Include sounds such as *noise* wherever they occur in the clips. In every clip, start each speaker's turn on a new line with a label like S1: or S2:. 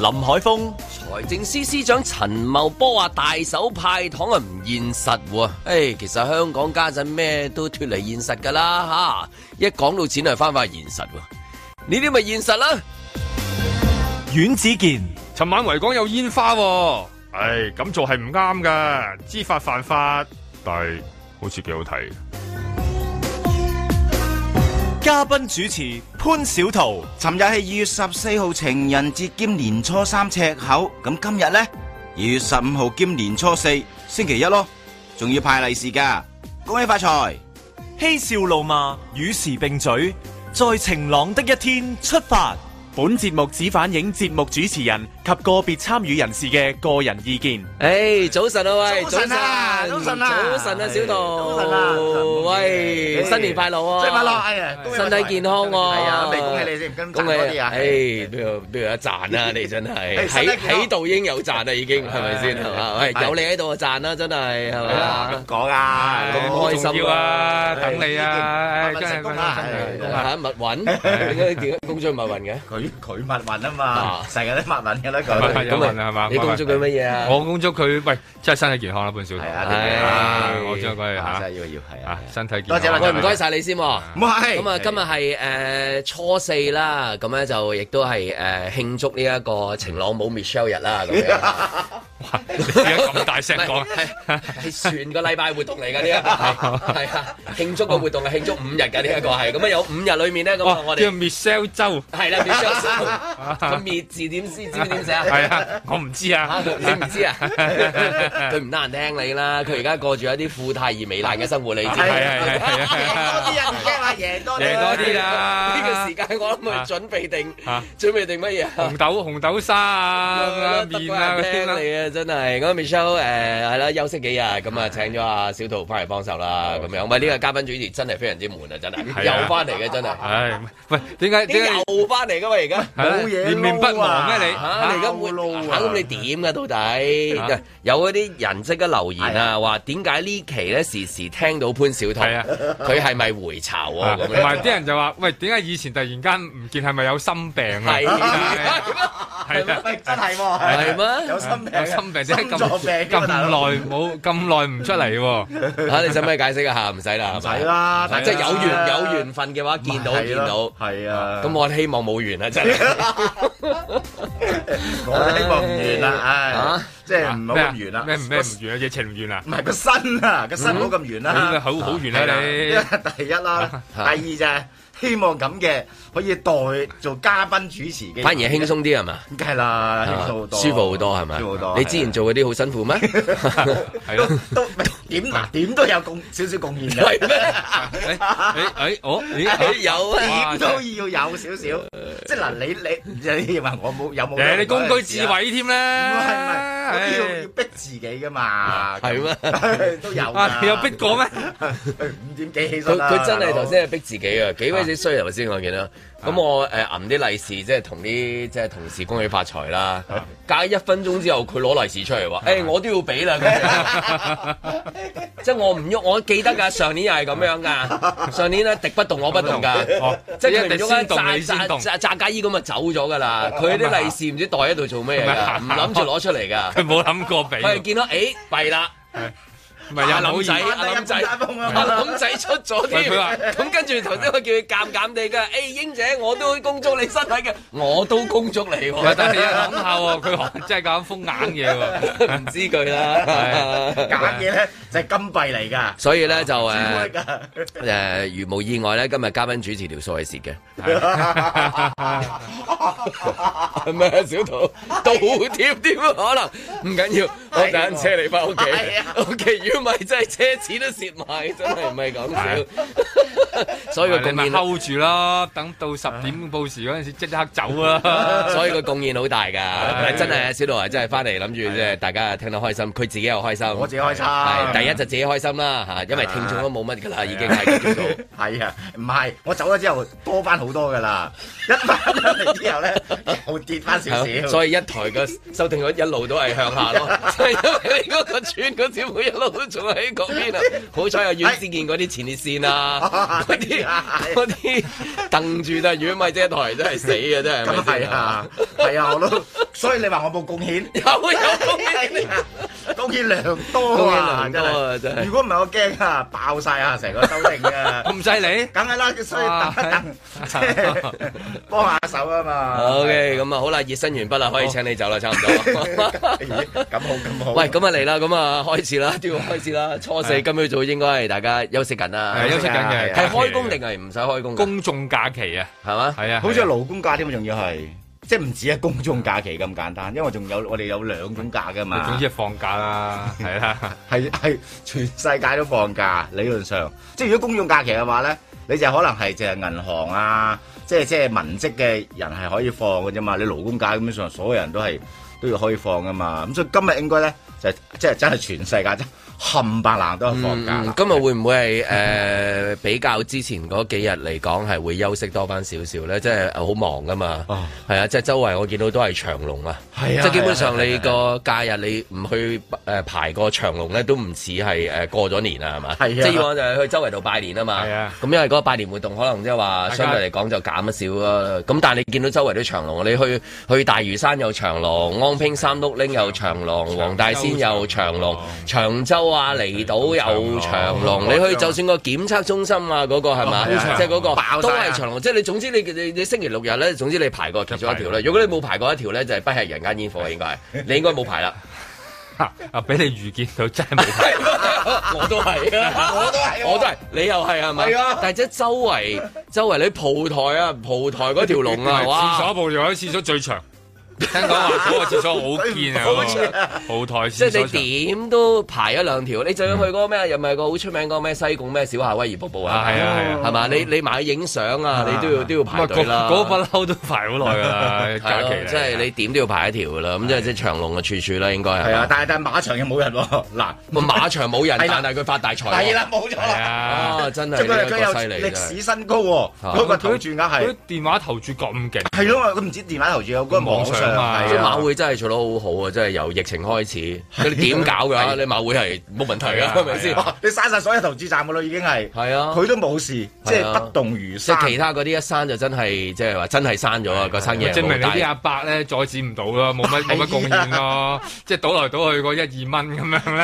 S1: 林海峰，財政司司長陳茂波話大手派糖啊唔現實喎、誒，其實香港家陣咩都脱離現實㗎啦吓，一講到錢係翻返去現實喎、呢啲咪現實啦。
S2: 阮子健、
S3: 尋晚維港有煙花喎、唉，咁做係唔啱噶，知法犯法，但係好似幾好睇。
S2: 嘉賓主持潘小桃，
S4: 尋日係二月十四號情人節兼年初三赤口，咁今日呢？二月十五號兼年初四星期一咯，仲要派利是噶，恭喜發財！
S2: 嬉笑怒罵，與時並舉，在晴朗的一天出發。
S5: 本節目只反映節目主持人及個別參與人士嘅個人意見。
S1: 诶、早晨啊喂，
S4: 早晨啊
S1: 早
S4: 早晨啊
S1: 早晨啊，小杜，
S4: 早晨啊早晨
S1: 喂，
S4: 哎
S1: 新年快樂啊，
S4: 新年快樂哎呀恭喜發
S1: 身
S4: 財
S1: 體健康喎，
S4: 係啊咪恭喜你先跟賺
S1: 恭喜
S4: 多啲啊
S1: 唉，都有都有一賺啊，你真係
S4: 哎身
S1: 喺
S4: 體健康
S1: 喺度已經有賺啦，已經係咪先係嘛？喂，
S4: 係
S1: 有你喺度就賺啦，真係係咪啊？
S4: 講啊
S1: 咁開心啊
S3: 重要啊，等你啊，唉
S4: 呢件
S3: 真係
S4: 成功啦
S3: 真係真係
S4: 係
S1: 嚇密雲，點解點解公眾密雲嘅？
S4: 佢佢密運啊
S1: 啊
S4: 嘛，成日都密運嘅啦
S3: 密
S4: 佢
S3: 運。有
S1: 咁啊
S3: 運啊係嘛
S1: 你恭祝佢乜嘢啊？
S3: 我恭祝佢，喂，真係身體健康啦，潘小姐。
S4: 係啊
S1: 係
S3: 啊我祝佢
S4: 啊
S3: 嚇
S4: 真係要要係啊
S3: 啊，身體健
S4: 多
S3: 康。
S4: 謝啦
S1: 喂，
S4: 各
S1: 唔
S4: 位
S1: 該晒你先喎。
S4: 唔係
S1: 咁啊，今日係誒初四啦，咁咧就亦都係誒慶祝呢一個晴朗冇 Michelle 日啦，咁樣。
S3: 哇你而家咁大聲講，
S1: 係係全個禮拜活動嚟㗎呢
S3: *laughs*
S1: 一個，係啊慶祝個活動係慶祝五日㗎呢一個
S3: 哦
S1: 係，咁啊有五日裏面咧，咁啊
S3: 哇，
S1: 我
S3: 叫
S1: 哋
S3: Michelle 周，
S1: 係
S3: *laughs*
S1: 啦 Michelle 個滅字點知知唔知點寫啊？
S3: 啊係啊，我唔知啊
S1: 啊，你唔知
S3: *laughs*
S1: 啊？佢唔得閒聽你啦，佢而家過住一啲富態而糜爛嘅生活，你知。
S3: 啊係係係係
S4: 多
S3: 係
S1: *laughs*
S4: 啲人驚啊，贏多
S3: 贏多啲啊啦
S1: 呢個時間我諗佢準備定
S3: 啊，
S1: 準備定乜嘢啊
S3: 紅？豆紅豆沙啊，咁啊面啊嗰啲
S1: 聽
S3: 啦。
S1: 你啊，真係咁 Michelle 誒係啦，休息幾日咁啊，請咗阿小桃翻嚟幫手啦，咁樣。喂，呢個嘉賓主持真係非常之悶啊，真係
S3: 係啊
S1: 又翻嚟嘅真係，
S3: 唉，喂，點解點解你
S1: 啲又翻嚟噶嘛而家。
S3: 係啦
S4: 冇嘢
S3: 念念不忘咩你
S4: 撈？
S1: 啊！你而家會
S4: 好撈
S1: 嚇
S4: 啊
S1: 咁你點嘅到底
S3: 啊？
S1: 有嗰啲人即刻留言
S4: 係
S1: 啊，話點解呢期咧時時聽到潘小
S3: 係
S1: 濤
S3: 啊，
S1: 佢係咪回巢喎？
S3: 啊同
S1: 咁樣
S3: 埋啲人就話：喂，點解以前突然間唔見係咪有心病啊？
S1: 係
S3: 係啦，
S4: 喂，真係喎，
S1: 係咩
S4: 有心病，
S3: 有心病，點解
S4: 心
S3: 咁
S4: 臟病㗎
S3: 咁
S4: 嘛大佬
S3: 耐冇咁耐唔出嚟喎？
S1: 嚇你使唔使解釋一下？唔使啦，係咪
S4: 係？啦，大家
S1: 即係有
S4: 知啦
S1: 緣有緣分嘅話，見到見到。
S4: 係啊，
S1: 咁我希望冇緣啦，真
S4: *laughs*
S1: 係。
S4: 我都希望唔完啦，唉
S1: 啊，
S4: 即係唔
S3: 咩
S4: 好
S3: 啊
S4: 咁完啦，
S3: 咩唔咩唔完啊？疫情唔
S4: *laughs*
S3: 完啊？
S4: 唔係個身啊，個身唔好咁完
S3: 你
S4: 啦，
S3: 好好完
S4: 係 *laughs*
S3: 啦
S4: 啦，
S3: 你
S4: 呢。個第一啦，第
S1: 啊
S4: 二就係希望咁嘅可以代做嘉賓主持嘅，
S1: 反而輕，鬆啲係嘛？
S4: 梗係啦，輕鬆好多，
S1: 舒服好多係咪
S4: 舒服好？多。
S1: 你之前做嗰啲好辛苦咩？
S3: 係
S4: 都
S3: 咯，
S4: 都
S1: *laughs*
S4: 唔係點嗱點都有貢少少貢獻嘅，
S1: 係咩？
S3: 誒誒誒，我
S4: *laughs*
S3: 咦啊
S1: *laughs* 有啊！
S3: 哇
S4: 點都要有少少，即係嗱你你你話我冇有冇？
S3: 誒你公居自毀添
S4: 唔係唔係，
S3: 啦！
S4: 嗰啲要
S3: 唉
S4: 要逼自己噶嘛，
S1: 係咩
S4: 咁 *laughs*
S1: *laughs*
S4: 都有㗎
S3: 啊，你有逼
S4: *laughs*
S3: 過咩？？
S4: 五點幾起
S1: 佢
S4: 身啦
S1: 佢真係
S4: 大佬
S1: 頭先係逼自己啊！幾鬼死衰啊頭先我見到。
S4: 啊
S1: 咁我誒揞啲利是，即係同啲即係同事恭喜發財啦。
S4: 啊
S1: 隔一分鐘之後，佢攞利是出嚟話：，誒我都要俾啦。
S4: *laughs*
S1: 咁即係我唔喐，我記得㗎。上年又係咁樣㗎。上年咧敵不動我不動㗎。
S3: 哦，
S1: 即
S3: 即係
S1: 係
S3: 一
S1: 佢
S3: 定
S1: 唔
S3: 先
S1: 喐
S3: 動
S1: 啊！
S3: 你先
S1: 炸
S3: 動，
S1: 炸炸家衣咁啊走咗㗎啦！佢
S3: 啊
S1: 啲利是唔知袋喺度做咩啊
S3: 唔係
S1: 㗎，唔諗住攞出嚟
S3: *laughs*
S1: 㗎。
S3: 佢冇諗過俾
S1: 佢係
S3: 喎，
S1: 見到誒弊
S3: *laughs*
S1: 啦，
S3: 唔係
S1: 阿
S3: 有
S1: 林
S3: 冇
S1: 仔
S3: 意？
S1: 阿林仔
S4: 一般一般啊
S1: 阿林仔出咗添。
S3: 喂佢話
S1: *laughs* 咁跟住頭先我叫佢尷尷地㗎，誒英姐我都恭祝你身體嘅，我都恭祝你
S3: 喂，
S1: 喎。
S3: 但係你又諗下喎，佢可能真係搞緊風硬嘢喎。
S1: 唔知佢啦。
S4: 揀嘢咧就係金幣嚟㗎，
S1: *laughs* 所以咧就
S4: 朱古力
S1: 誒
S4: 㗎，
S1: 誒，如無意外咧，今日嘉賓主持條數係蝕嘅。 *laughs* 係咪啊，小桃倒貼添啊，可能唔緊要，我等陣車你翻屋企
S4: 係啊。
S1: O K，如果唔係真係車錢都蝕埋，真係唔係講 *laughs* 笑。所以個
S3: 你
S1: 貢
S3: 咪
S1: 獻，
S3: hold 住啦，等到十
S1: 啊
S3: 點報時嗰陣時即刻走啊啦。
S1: 所以個貢獻好大㗎，真係啊小桃啊，真係翻嚟諗住即係大家聽得開心，佢自己又開心。
S4: 我自己開心。
S1: 係第一就自己開心啦嚇，因為聽眾都冇乜㗎啦，已經係叫做。
S4: 係啊，唔係我走咗之後多翻好多㗎啦， *laughs* 一翻嚟之後咧又跌翻少少。
S1: 所以一台嘅收聽率一路都係向下咯，就係
S4: *laughs*
S1: 因為你嗰個村嗰小妹一路都仲喺嗰邊啊！好彩有阮之健嗰啲前列腺
S4: *laughs*
S1: 啊，嗰啲嗰啲蹬住都係，如果唔係即係台真係死啊！真係係咪先
S4: 咁係啊，係啊，我都所以你話我
S1: *laughs*
S4: 冇貢獻？ *laughs*
S1: 有有貢
S4: 貢獻良多
S1: 貢
S4: 啊！
S1: 獻良多啊真係
S4: 如果唔係我驚啊，爆晒啊成個修
S1: *laughs*
S4: 訂啊！
S3: 咁犀利？
S4: 梗係啦，所以等一等，即係幫下手啊嘛。
S1: OK，咁啊好啦，熱身完畢啦，可以請你走啦，差唔多。
S4: *laughs*
S1: *laughs*
S4: 咁好咁好。
S1: 喂，咁啊嚟啦，咁啊開始啦，都要開始啦。初四今朝早應該係大家休息緊啦
S4: 係，
S3: 休息緊
S1: *laughs*
S3: 嘅，
S1: 係開工定係唔使開工㗎？
S3: 公眾假期啊？
S1: 係嘛？
S3: 係啊，
S4: 好似係勞工假添啊，仲要係，即係唔止係公眾假期咁簡單，因為仲有我哋有兩種假噶
S1: 啊
S4: 嘛。
S3: 總之係放假啦，係
S1: *laughs*
S3: 啦。
S4: 係係全世界都放假，理論上，即係如果公眾假期嘅話咧，你就可能係就係銀行啊，即係即係文職嘅人係可以放嘅啫嘛。你勞工假基本上所有人都係都要可以放噶嘛。咁所以今日應該咧就即係真係全世界真冚唪唥都係放假啦。
S1: 嗯今日會唔會係誒、呃比較之前嗰幾日嚟講係會休息多翻少少咧？即係好忙噶嘛，係
S4: 哦
S1: 啊、即係周圍我見到都係長龍啊，
S4: 係啊
S1: 即係基本
S4: 係
S1: 上
S4: 啊
S1: 你個假日你唔去誒、呃排個長龍咧，都唔似係誒過咗年啊，係嘛？
S4: 係啊
S1: 即係以往就係去周圍度拜年啊嘛。
S3: 係啊
S1: 咁因為嗰個拜年活動可能即係話
S3: 大家
S1: 相對嚟講就減咗少啦。咁但係你見到周圍都長龍，你去去大嶼山有長龍，安平三碌拎有長龍，黃大仙有長龍，長洲啊離島有長龍。你去就算個檢測中心啊嗰個係嘛，即係嗰個都係長龍。即係你總之你你你星期六日咧，總之你排過其中一條啦。如果你冇排過一條咧，就係不吃人間煙火應該 *laughs* 係，你應該冇排啦。
S3: 啊！俾你預見到真係冇睇，
S1: 我都 *laughs* 係啊，我都係，我都係，你又係係咪？係啊！但係即係周圍周圍你蒲台啊，蒲台嗰條龍 *laughs* 啊，
S3: 廁
S1: 哇！
S3: 所部仲有廁所最長。聽講話嗰個廁所好
S1: *laughs*
S3: 堅啊，嗰個蒲台
S1: 即
S3: 廁所
S1: 係
S3: 長
S1: 你點都排一兩條，你就要去嗰個咩？啊又咪個好出名嗰個咩西貢咩小夏威夷瀑布
S3: 啊，
S1: 啊？
S3: 係啊係啊。
S1: 係嘛？你你買影相啊，你都要都要排
S3: 嗰
S1: 隊啦。
S3: 嗰不嬲都排好耐㗎啦，假
S1: 係
S3: 期
S1: 咯
S3: 嚟
S1: 即係你點都要排一條㗎啦。咁即係即係長龍嘅處處啦，應該
S4: 係
S1: 係
S4: 啊，
S1: 嘛。
S4: 但係但係馬場又冇人
S1: *laughs*
S4: 喎。嗱，
S1: 咪馬場冇人，
S4: 係啦
S1: 但係佢發大財喎。
S4: 係啦，冇咗
S3: 係
S4: 啦。
S3: 啊。
S1: 啊！真
S4: 即
S1: 係
S4: 係佢
S1: 呢一
S4: 佢有
S1: 個犀利真啊
S4: 歷
S1: 係
S4: 史新高喎，嗰個投注額係
S3: 佢電話投注咁勁，
S4: 係咯，佢唔止電話投注，有嗰個網上
S3: 網上啊
S1: 即
S4: 係
S1: 係馬
S4: 啊，
S1: 會真係做得好好啊！真係由疫情開始，你點搞
S4: *laughs*
S1: 㗎？你馬會係冇問題㗎，係咪先？
S4: 哇你刪晒所有投注站噶咯，已經係。
S1: 係啊，
S4: 啊佢都冇事，即
S1: 係
S4: 係
S1: 啊
S4: 不動如
S1: 即
S4: 山。
S1: 係其他嗰啲一刪就真係即係話真係刪咗啊個生意
S3: 證明
S1: 冇
S3: 你
S1: 大
S3: 啲阿伯咧再止唔到咯，
S4: *laughs*
S3: 冇乜冇乜貢獻咯，即係倒來倒去嗰一二蚊咁
S4: *laughs*
S3: 樣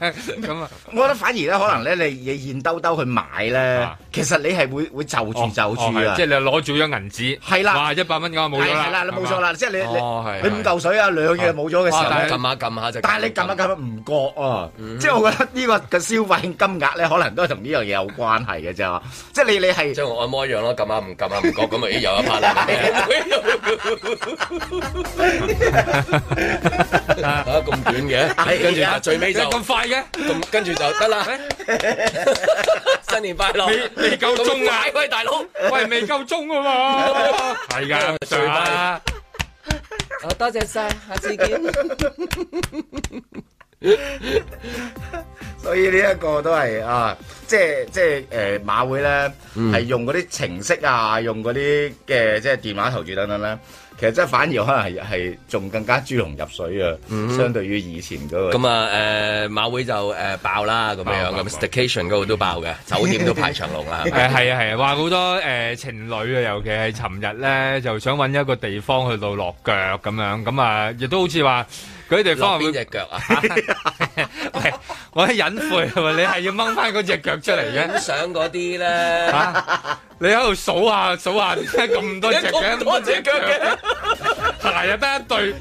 S3: 咧，咁啊
S4: 我覺得反而咧，可能咧，你你現兜兜去買咧
S3: 啊，
S4: 其實你係會會就住就住
S3: 哦係
S4: 啊
S3: 即係。你攞住咗銀紙，
S4: 係啦
S3: 哇一百蚊咁啊冇咗
S4: 係
S3: 啦，
S4: 係啦，你冇錯啦，即係你
S1: 哦係
S4: 你你五嚿水啊，兩嘢冇咗嘅時
S3: 哇
S4: 候
S3: 但
S4: 咧
S3: 係。
S1: 撳下撳下就，
S4: 但係你撳一撳一唔覺啊，即係我覺得呢個嘅消費金額咧，可能都係同呢樣嘢有關係嘅啫。即係你你係
S1: 即係我按摩一樣咯，撳下唔撳下唔覺咁咪咦有一 part 啦。啊咁短嘅，跟住就最尾
S3: 哎你
S1: 就
S3: 咁快
S4: *laughs*
S3: 嘅，
S1: 咁跟住就得啦。 *laughs* 新年快樂！
S3: 未未夠鐘啊
S1: 咁快喂大佬，
S3: 喂未夠鐘
S4: *laughs*
S3: 啊嘛，係㗎，
S1: 最
S3: 上啦。
S1: 好多謝晒，下次見。
S4: 所以呢一個都係啊，即係即係誒、呃、馬會咧，係、用嗰啲程式啊，用嗰啲嘅即係電話投注等等咧，其實真係反而可能係係仲更加豬籠入水啊，相對於以前嗰、個。
S1: 咁啊，誒、馬會就誒、爆啦，咁樣
S3: 爆
S1: 咁 station 嗰度都爆嘅，酒店都排長龍
S3: *laughs*
S1: 啦。係咪
S3: 誒係啊係啊，話好多誒情侶啊，尤其係尋日咧，就想揾一個地方去到落腳咁樣，咁啊亦都好似話嗰啲地
S1: 落
S3: 方
S1: 邊
S3: 會
S1: 只腳啊？
S3: 喂，我係隱晦喎，你係要掹翻嗰只腳出嚟
S1: 影
S3: 嘅。
S1: 相嗰啲咧，
S3: 嚇！你喺度數下數下，點解咁多隻嘅？
S1: *laughs* 咁多隻腳嘅，
S3: 鞋又得一對，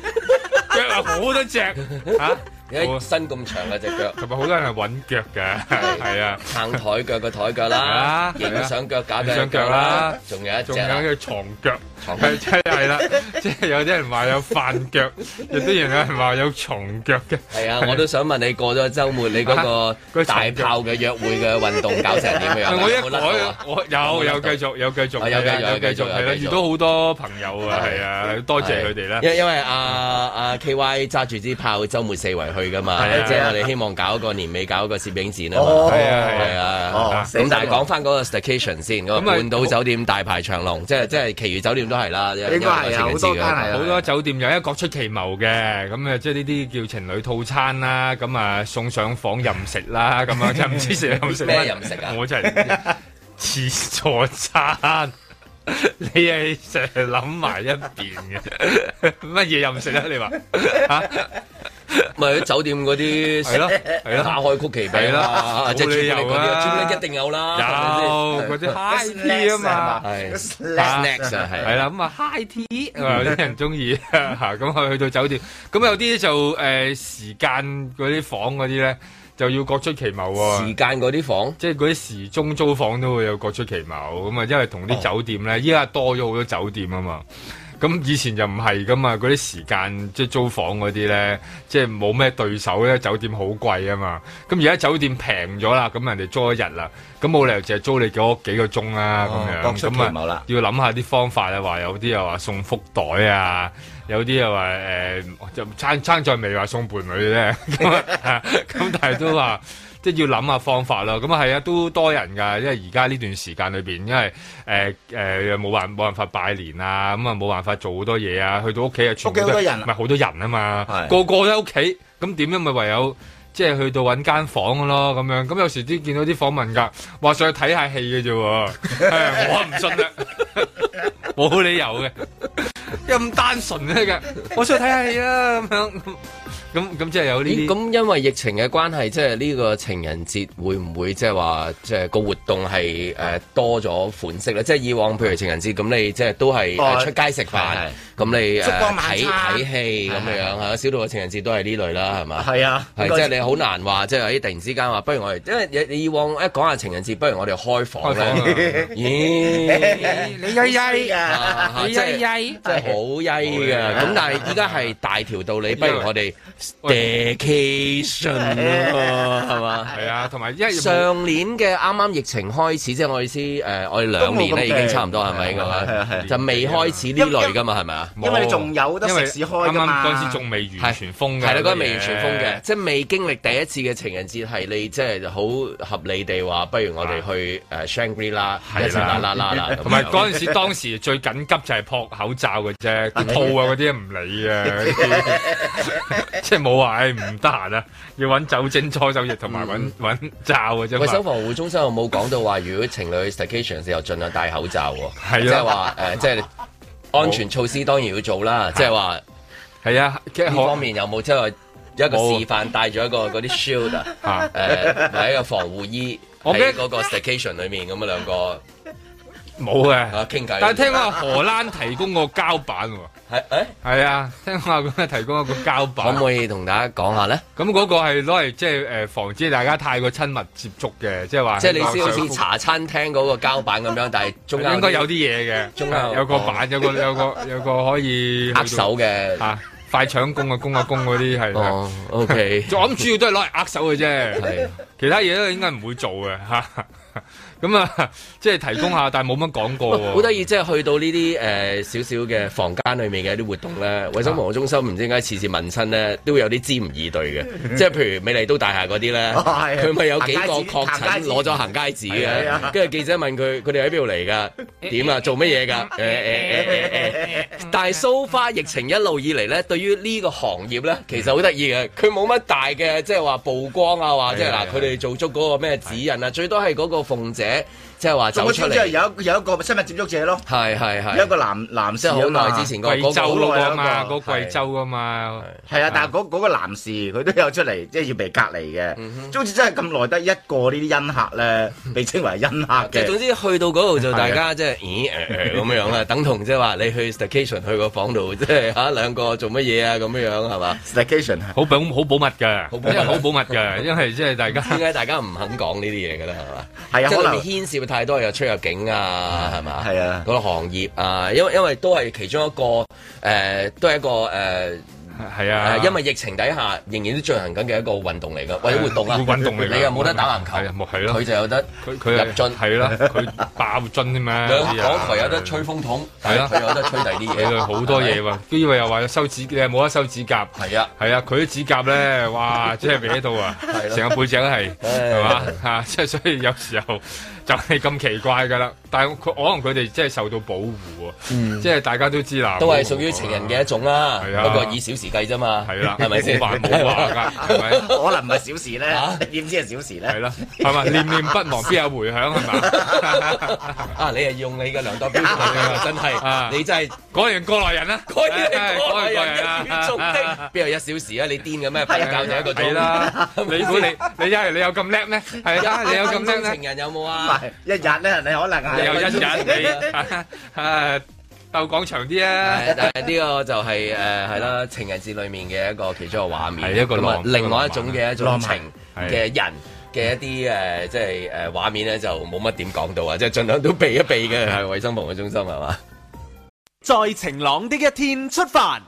S3: 腳又好多隻嚇，
S1: 你睇身咁長嘅只腳，
S3: 同埋好多人係揾腳嘅，係啊，
S1: 撐台腳嘅台腳
S3: 係
S1: 啦
S3: 啊，
S1: 影相腳架嘅
S3: 影相腳啦，
S1: 仲有一隻
S3: 仲有
S1: 啦，
S3: 嘅床腳，
S1: 床腳
S3: 係即係係啦，即係有啲人話有飯腳，亦都有人話有床腳嘅。
S1: 係啊，我都想問你過咗週末你
S3: *laughs*
S1: 嗰個
S3: 個
S1: 大
S3: 床腳
S1: 炮嘅約會嘅運動搞成點樣？
S3: *laughs* 我一
S1: 有冇甩到啊
S3: 改，我有有繼續有繼續
S1: 啊有繼續
S3: 係啊
S1: 有繼續
S3: 繼續係啦，
S1: 有繼續
S3: 遇到好多朋友啊，係啊，多謝佢哋啦。
S1: 因因為阿阿 K Y 揸住支炮，周末四圍去噶嘛，
S3: 係啊
S1: 即係我哋希望搞一個年尾搞一個攝影展啊嘛。
S4: 哦，
S3: 係啊係
S1: 係啊
S4: 哦，
S1: 咁但係
S4: 死得
S1: 講翻嗰個 station 先，嗰個
S3: 咁啊
S1: 半島酒店大排長龍，即係即係其餘酒店都係啦，應
S4: 應該係啊，好多間係啊
S3: 好多酒店有一各出奇謀嘅，咁啊，即係呢啲叫情侶套餐啦，咁啊送上房任食 *laughs* 啦，咁啊，即係唔知食任食乜
S1: 咩任食啊
S3: 我真係唔知自助餐。你係成日諗埋一邊嘅，乜嘢任食啊？你話嚇
S1: 咪喺酒店嗰啲
S3: *laughs* 係咯啊係咯
S1: 打開曲奇餅
S3: 係啦
S1: 啦，即係朱古力嗰啲啊，
S3: 冇理由啊
S1: 朱古力一定有啦，
S3: 有
S1: 係
S3: 嗰 *laughs*
S1: 咪先
S3: 啲 high tea 啊嘛。
S1: 係
S4: snacks
S1: 啊係
S3: 係啦，咁啊 high tea，啊有啲人中意嚇，咁啊去到酒店，咁有啲就誒時間嗰啲房嗰啲咧，就要各出其謀喎。
S1: 時間嗰啲房。
S3: 即係嗰啲時鐘租房都會有各出其謀咁啊，因為
S4: 哦
S3: 同啲酒店咧，依家多咗好多酒店啊嘛。咁以前就唔係噶嘛，嗰啲時間即係租房嗰啲咧，即係冇咩對手咧，酒店好貴啊嘛。咁而家酒店平咗啦，咁人哋租一日啦，咁冇理由淨係租你嗰幾個鐘啦咁、
S4: 哦各
S3: 樣。
S4: 出其
S3: 咁
S4: 謀
S3: 啊
S4: 啦，
S3: 要諗下啲方法啊，話有啲又話送福袋啊。有啲又話誒，就撐撐在未話送伴侶啫，咁啊 *laughs* 咁但係都話即係要諗下方法咯。咁啊係啊，都多人㗎，因為而家呢段時間裏邊，因為誒誒冇辦冇辦法拜年啊，咁啊冇辦法做好多嘢啊，去到屋企啊，全部都
S4: 屋企好多人啊
S3: 唔係好多人啊嘛，
S4: 係
S3: 個個都喺屋企，咁點樣咪唯有。即係去到揾間房咯，咁樣咁有時啲見到啲訪問㗎，話上去睇下戲嘅啫喎， *laughs* 係我唔信啊啦，冇理由嘅。又咁單純咧嘅，我想睇下你啊啦咁樣，咁咁即係有呢
S1: 咦
S3: 啲。
S1: 咁因為疫情嘅關係，即係呢個情人節會唔會即係話即係個活動係誒、呃多咗款式咧？即係以往譬如情人節咁，你即係都係
S4: 哦
S1: 呃出街食
S4: 係
S1: 飯，咁你誒
S4: 燭光晚
S1: 睇
S4: 餐
S1: 睇戲咁樣係啊小到嘅情人節都係呢類啦，係嘛？
S4: 係啊，
S1: 係即係你好難話，即係哎咦突然之間話，不如我哋，因為你你以往一講下情人節，不如我哋開房
S3: 啊
S1: 咧。咦，
S4: 你曳曳
S1: 啊
S4: 啊！
S1: 啊即係真係好曳嘅。咁但係依家係大條道理，不如我哋 staycation 咯，係嘛？
S3: 係啊，同埋因為冇
S1: 上年嘅啱啱疫情開始，即係我意思，誒，我哋兩年咧已經差唔多係咪？咁
S4: 係啊係
S1: 啊
S4: 啊，
S1: 就未開始呢類噶嘛，係咪啊？
S4: 因為你仲有得食肆開㗎
S3: 因為啱
S4: 嘛
S3: 啱嗰陣時仲未完全封嘅，
S1: 係啦，嗰個未完全封嘅，。即係未經歷第一次嘅情人節，係你即係好合理地話，不如我哋去誒 Shangri 啦，
S3: 係啦
S1: 一齊啦啦啦啦，
S3: 同埋嗰陣時，當時最緊急就係撲口罩嘅
S1: *laughs*
S3: 啫，啲套啊嗰啲唔理啊，嗰
S1: *laughs*
S3: 啲即係冇話誒唔得閒啊，要揾酒精搓手液同埋
S1: 嗯
S3: 揾揾罩嘅啫
S1: 衞生
S3: 嘛。
S1: 防護中心有冇講到話，如果情侶去 staycation 嘅時候，盡量戴口罩喎？
S3: 係啊
S1: 即係話誒，即係安全措施當然要做啦。即係話呢
S3: 係啊，即係可
S1: 方面有冇即係話一個
S3: 冇啊
S1: 示範戴咗一個
S3: *laughs*
S1: 嗰啲 shield 啊？
S3: 嚇
S1: 誒，或者一個防護衣
S3: 我
S1: 喺
S3: 記得
S1: 嗰個 staycation 裏面咁啊，兩個
S3: 冇嘅。
S1: 啊傾偈。
S3: 但係聽講話荷蘭提供個膠板喎。
S1: 係誒，
S3: 係啊，聽話佢係提供一個膠
S1: 可
S3: 板，
S1: 唔可以同大家講下咧？
S3: 咁嗰個係攞嚟即係誒防止大家太過親密接觸嘅，即係話
S1: 即係你先好似茶餐廳嗰個膠板咁樣，但係中間
S3: 應該有啲嘢嘅，
S1: 中間有
S3: 有個板，有
S1: *laughs*
S3: 個有個有個可以
S1: 握手嘅。
S3: 啊，快搶攻啊，攻啊攻嗰啲係。
S1: 哦，OK，
S3: *laughs* 我諗主要都係攞嚟握手嘅啫，
S1: 係
S3: 其他嘢都應該唔會做嘅嚇。 *laughs* 咁啊，即係提供下，但係冇乜講過喎。
S1: 好得意，即係去到呢啲誒少少嘅房間裏面嘅一啲活動咧，衞生防護中心唔知點解次次問親咧，都會有啲支吾以對嘅，即係譬如美麗都大廈嗰啲咧，
S4: 哦係
S1: 佢咪有幾個
S4: 行街紙
S1: 確診
S4: 行街紙
S1: 攞咗行街紙
S4: 係啊
S1: 嘅，跟住記者問佢佢哋喺邊度嚟㗎？點啊？做乜嘢㗎？誒誒誒誒誒，但係 so far 疫情一路以嚟咧，對於呢個行業咧，其實好得意嘅，佢冇乜大嘅即係話曝光啊，話即係
S3: 係啊
S1: 嗱，佢哋做足嗰個咩指引啊，最多係嗰個鳳姐即係話
S4: 中
S1: 走
S4: 咗
S1: 出
S4: 招之後
S1: 嚟，
S4: 有一有一個親密接觸者咯，
S1: 係係係
S4: 有一。個男男
S1: 即
S4: 士
S1: 係
S4: 啊
S1: 好
S4: 嘛
S1: 耐之前嗰
S3: 貴
S1: 嗰
S3: 州嗰
S1: 個
S3: 個啊嘛，
S4: 嗰
S3: 嗰
S1: 個
S3: 貴州啊嘛，
S4: 係啊，但係嗰嗰個男士佢都有出嚟，即係要被隔離嘅。好似真係咁耐得一個呢啲 *laughs* 恩客咧，被稱為恩客
S1: 即係總
S4: 嘅。
S1: 之去到嗰度就大
S4: 啊
S1: 家即係咦誒誒咁樣啦，等同即係話你去 station 去個房度 *laughs* 即係嚇兩個做乜嘢啊咁樣樣係嘛？
S4: *laughs* Staycation 係
S3: 好保好保密嘅，
S1: 保密
S3: 因為好保密嘅，因為即係大家。
S1: 點解大家唔肯講呢啲嘢嘅咧係嘛？
S4: 係啊，
S1: 即係
S4: 可
S1: 裏
S4: 能
S1: 面牽涉太多又出入境啊係嘛？
S4: 係啊
S1: 嗰個行業啊，因為因為都係其中一個誒，都係一個誒。
S3: 系啊，
S1: 誒，因為疫情底下仍然都進行緊嘅一個運動嚟㗎，或者活動啊，
S3: 活動嚟㗎
S1: 你又冇得打籃球，
S3: 係啊冇係咯
S1: 佢就有得
S3: 佢佢
S1: 入樽
S3: 系啦，佢爆樽添
S1: *laughs*
S3: 嘛，
S1: 兩
S3: 啲
S1: 港
S3: 啊
S1: 台有得吹，風筒，但
S3: 係
S1: 係
S3: 啊
S1: 佢有得吹第啲
S3: 係
S1: 嘢，
S3: 啊好多嘢喎，跟住又話修指，你係冇得修指甲，
S1: 係啊。
S3: 係啊，佢啲指甲咧，啊哇，真係歪到啊，成個背脊都係，係嘛嚇，即係所以有時候就係咁奇怪㗎啦。但係佢可能佢哋即係受到保護啊，即係大家都知啦，
S1: 嗯都係屬於情人嘅一種啦，
S3: 係啊
S1: 不過以小時計啫嘛，
S3: 係
S1: *laughs*
S3: 啦，
S1: 係咪先？
S3: 冇話冇話㗎，係咪？
S4: 可能唔係小事咧
S1: 啊，
S4: 你點知係小事
S3: 係
S4: 咧？
S3: 啦，係咪念念不忘必有回響係嘛？
S1: 啊，你係用你嘅量度標準啊，真
S3: 啊
S1: 係，你真係。
S3: 果然過來人啦，
S1: 可以嚟
S3: 係
S1: 講
S3: 果
S1: 係
S3: 然
S1: 人一語中的，邊有一小時啊？你癲嘅咩？瞓覺就一個鐘
S3: 係。啦，你估你你一係你有咁叻咩？係啊，你有咁叻咩
S1: 情？人有冇
S4: 唔
S1: 啊？
S4: 係一日咧，你可能係
S3: 你有一日
S4: *laughs*
S1: 係
S3: 你啊鬥講長啲
S1: 係
S3: 啊！
S1: 但係呢個就係誒係啦，情人節裡面嘅一個其中一個畫面，
S3: 係一個
S1: 咁啊
S3: 浪
S1: 另外一種嘅一種
S4: 浪漫
S1: 情嘅人。嘅一啲誒，即係誒畫面咧，就冇乜點講到啊！即係盡量都避一避嘅，係衞生防護中心係嘛？
S5: *laughs* 在晴朗的一天出發。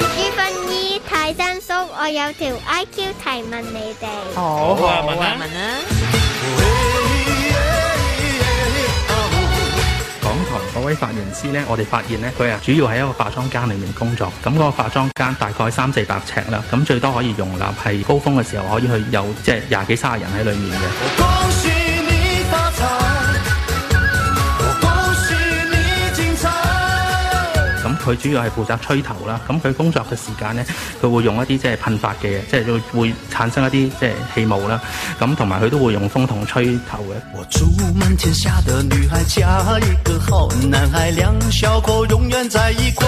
S6: 呢份衣太生疏，我有條 I Q 提問你哋。
S7: 好好啊，文啊，港台嗰位髮型師呢，我哋發現呢，佢啊主要喺一個化妝間裏面工作，咁、個化妝間大概三四百尺啦，咁最多可以容納係高峰嘅時候可以去有即係廿幾卅人喺裏面嘅。咁佢主要係負責吹頭啦，咁佢工作嘅時間呢，佢會用一啲即係噴發嘅嘢，即係會會產生一啲即係氣霧啦，咁同埋佢都會用風筒吹頭嘅。
S8: 我祝滿天下的女孩嫁一個好男孩，兩小口永遠在一塊。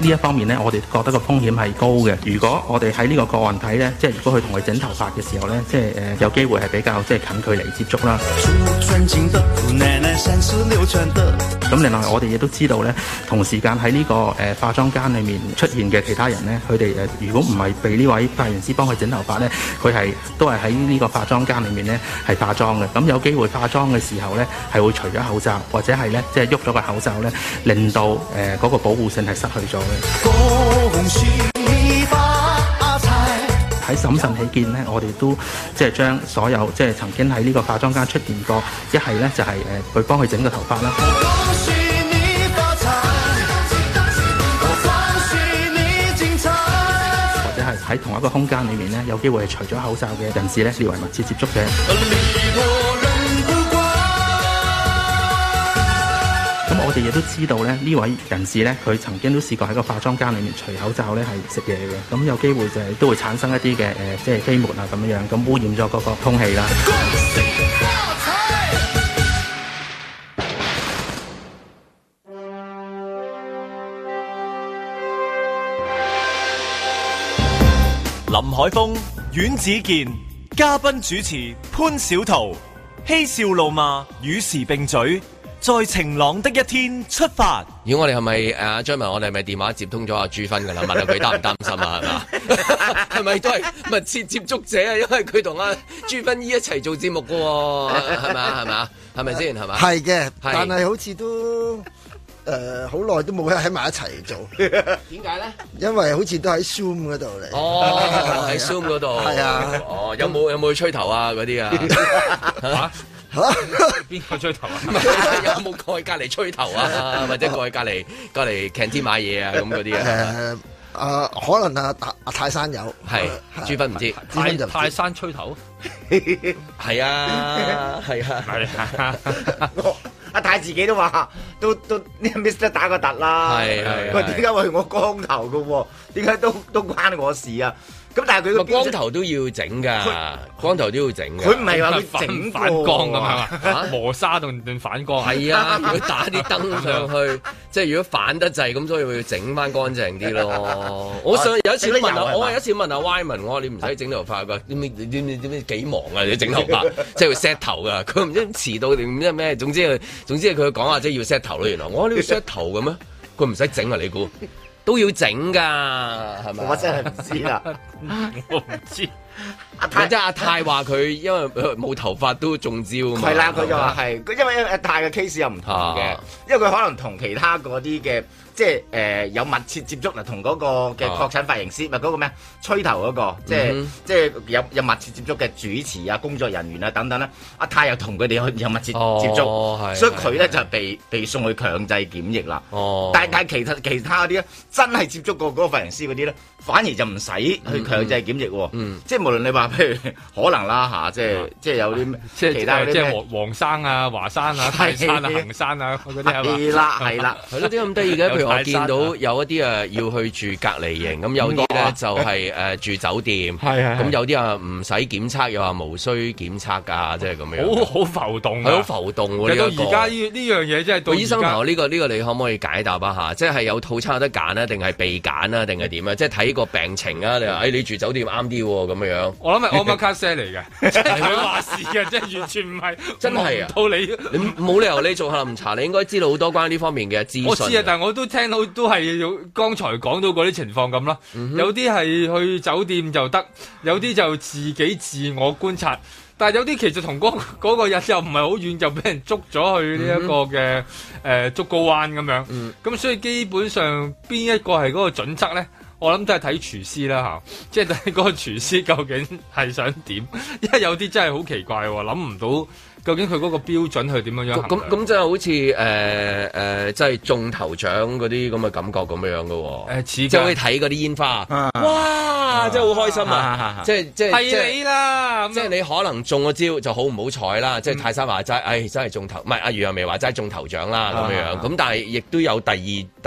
S7: 呢一方面呢，我哋覺得個風險係高嘅。如果我哋喺呢個個案睇呢，即係如果佢同佢整頭髮嘅時候呢，即係誒、呃有機會係比較即係近距離接觸啦。
S8: 祝尊敬的姑奶奶三十六轉的。
S7: 咁另外我哋亦都知道呢，同時間喺呢個誒、呃化妝間裏面出現嘅其他人呢，佢哋誒如果唔係被呢位髮型師幫佢整頭髮呢，佢係都係喺呢個化妝間裏面呢係化妝嘅。咁有機會化妝嘅時候呢，係會除咗口罩，或者係呢，即係喐咗個口罩呢，令到誒呃嗰、個保護性係失去咗嘅。
S8: 恭喜你發財。
S7: 喺審慎起見呢，我哋都即係將所有即係曾經喺呢個化妝間出現過，一係呢就係誒呃佢幫佢整個頭髮啦，
S8: 恭喜你發財，我恭喜你精彩。
S7: 或者係喺同一個空間裏面呢，有機會係除咗口罩嘅人士呢，列為密切接觸者。咁我哋亦都知道咧，呢位人士咧，佢曾經都試過喺個化妝間裏面除口罩咧係食嘢嘅，咁有機會就係都會產生一啲嘅誒，即係飛沫啊咁樣樣，咁污染咗嗰個空氣啦。
S2: 林海峰、阮子健，嘉賓主持潘小桃，嬉笑怒罵，與時並嘴，在晴朗的一天出發。
S1: 如果我哋係咪誒張文，我哋係咪電話接通咗阿朱芬㗎啦？問下佢擔唔擔心啊？係嘛？ *laughs* 係咪都係密切接觸者啊？因為佢同阿朱芬姨一齊做節目㗎喎，係咪啊？係咪啊？係咪先係嘛？
S9: 係嘅，
S1: 係
S9: 但係好似都誒好耐都冇喺埋一齊做，
S1: 點解咧？
S9: 因為好似都喺 Zoom 嗰度嚟。
S1: *laughs* 哦，喺 Zoom 嗰度。
S9: 係啊
S1: 哦，有冇有冇去吹頭啊？
S9: *laughs*
S1: 嗰啲啊，
S3: 嚇
S9: 嚇 *laughs*
S3: 邊個追頭啊？
S1: 有冇過去隔離吹頭啊？或者過去隔離隔離 canteen 買嘢啊？咁嗰啲啊？
S9: 誒啊，可能啊大阿泰山有
S1: 係朱芬唔知，
S9: 啊朱
S3: 泰
S9: 芬就唔
S3: 泰
S9: 知
S3: 山吹頭，
S1: 係啊，係啊。
S9: *laughs*
S3: 係啊，
S4: 我阿太自己都話，都都 Mr 打個突啦。
S1: 係係
S4: 佢
S1: 係
S4: 點解話我光頭嘅喎？點解都都關我事啊？咁但係佢個
S1: 咪
S4: 標
S1: 光
S4: 準，
S1: 頭都要整㗎，光頭都要整㗎。
S4: 佢唔係話
S3: *laughs*
S4: 佢
S3: 反
S4: 整
S3: 反光咁
S4: 啊嘛。
S3: 係嘛？磨砂同定反光係
S1: 係啊，佢打啲燈上
S4: *laughs*
S1: 去，即係如果反得滯，咁所以會整翻乾淨啲
S4: *laughs*
S1: 咯。我上有一次問
S4: 整得油係
S1: 啊，
S4: 嘛
S1: 我有一次問阿 Wyman，我話你唔使整頭髮
S4: *laughs*
S1: 㗎，點你點你點你幾忙啊？你整頭髮，即係要 set 頭㗎。佢唔知遲到定唔知咩，總之佢總之佢講話即係要 set 頭咯。原來我話你要 set 頭嘅咩？佢唔使整啊，你估都要整㗎，係咪啊？
S4: 我真係唔
S1: *laughs*
S4: 知啦。
S3: 我唔知。
S4: 阿太
S1: 即係阿泰話佢因為佢冇頭髮都中招啊嘛。
S4: 係啦，佢就話係，佢因為阿泰嘅 case 又唔同嘅
S1: 啊，
S4: 因為佢可能同其他嗰啲嘅即係誒有密切接觸嗱，同嗰個嘅確診髮型師，咪嗰個咩啊吹頭嗰個，即係
S1: 嗯
S4: 即係有有密切接觸嘅主持啊、工作人員啊等等咧，阿泰又同佢哋有有密切接
S1: 哦
S4: 觸，
S1: 係
S4: 所以佢
S1: 係
S4: 咧就被被送去強制檢疫啦。
S1: 哦
S4: 但但其他其他嗰啲咧，真係接觸過嗰個髮型師嗰啲咧，反而就唔使
S3: 嗯
S4: 去強制檢疫喎。即係無論你話譬如 *laughs* 可能啦嚇，即係即係
S3: *laughs*
S4: 有啲咩
S3: 嗯即係
S4: 其他嗰啲
S3: 即係
S4: 咩
S3: 黃黃山啊、華山啊、泰山啊、行山啊嗰啲係嘛？
S4: 係啦係啦
S1: 係咯，點解咁得意嘅？譬如我見
S3: 啊
S1: 到有一啲誒呃要去住隔離營，咁
S3: *laughs*
S1: 有啲咧就係誒住酒店，
S3: 係係係
S1: 咁有啲啊唔使檢測，又話無需檢測啊㗎，即係咁樣。
S3: 好好浮動啊，
S1: 係好浮動喎
S3: 其實到
S1: 呢一個
S3: 而家呢呢樣嘢真係到
S1: 個醫生
S3: 而
S1: 朋
S3: 家
S1: 友呢個呢個你可唔可以解答一下？即係有套餐有得揀啊，定係被揀啊，定係點啊？即係睇個病情啊！你話誒你住酒店啱啲喎，咁樣。
S3: 我諗係 Omakase 嚟
S1: *laughs*
S3: 嘅，即係佢話事嘅，即係完全唔係
S1: 真係啊！
S3: 望唔到你。
S1: 你冇理由你做下林茶，你應該知道好多關於呢方面嘅資訊。
S3: 我知啊，但係我都聽到都係有剛才講到嗰啲情況咁啦。
S1: 嗯
S3: 有啲係去酒店就得，有啲就自己自我觀察。但係有啲其實同嗰、嗰個 *laughs* 人又唔係好遠，就俾人捉咗去呢一個
S1: 嗯
S3: 嘅誒、呃竹篙灣咁樣。咁、所以基本上邊一個係嗰個準則咧？我諗都係睇廚師啦嚇，即係睇嗰個廚師究竟係想點， *laughs* 因為有啲真係好奇怪喎，諗唔到究竟佢嗰個標準係點樣樣
S1: 咁
S3: 衡
S1: 咁
S3: 量
S1: 咁真係好似誒誒，即係中頭獎嗰啲咁嘅感覺咁樣嘅喎。
S3: 誒似
S1: 即
S3: 㗎
S1: 係好似睇嗰啲煙花，哇！真係好開心啊！即係即係即
S3: 係你啦，
S1: 即係你可能中個招就好唔好彩啦。即係泰山話齋，唉，真係中頭，唔係阿余若薇話齋中頭獎啦咁
S3: 啊啊
S1: 樣。咁但係亦都有第二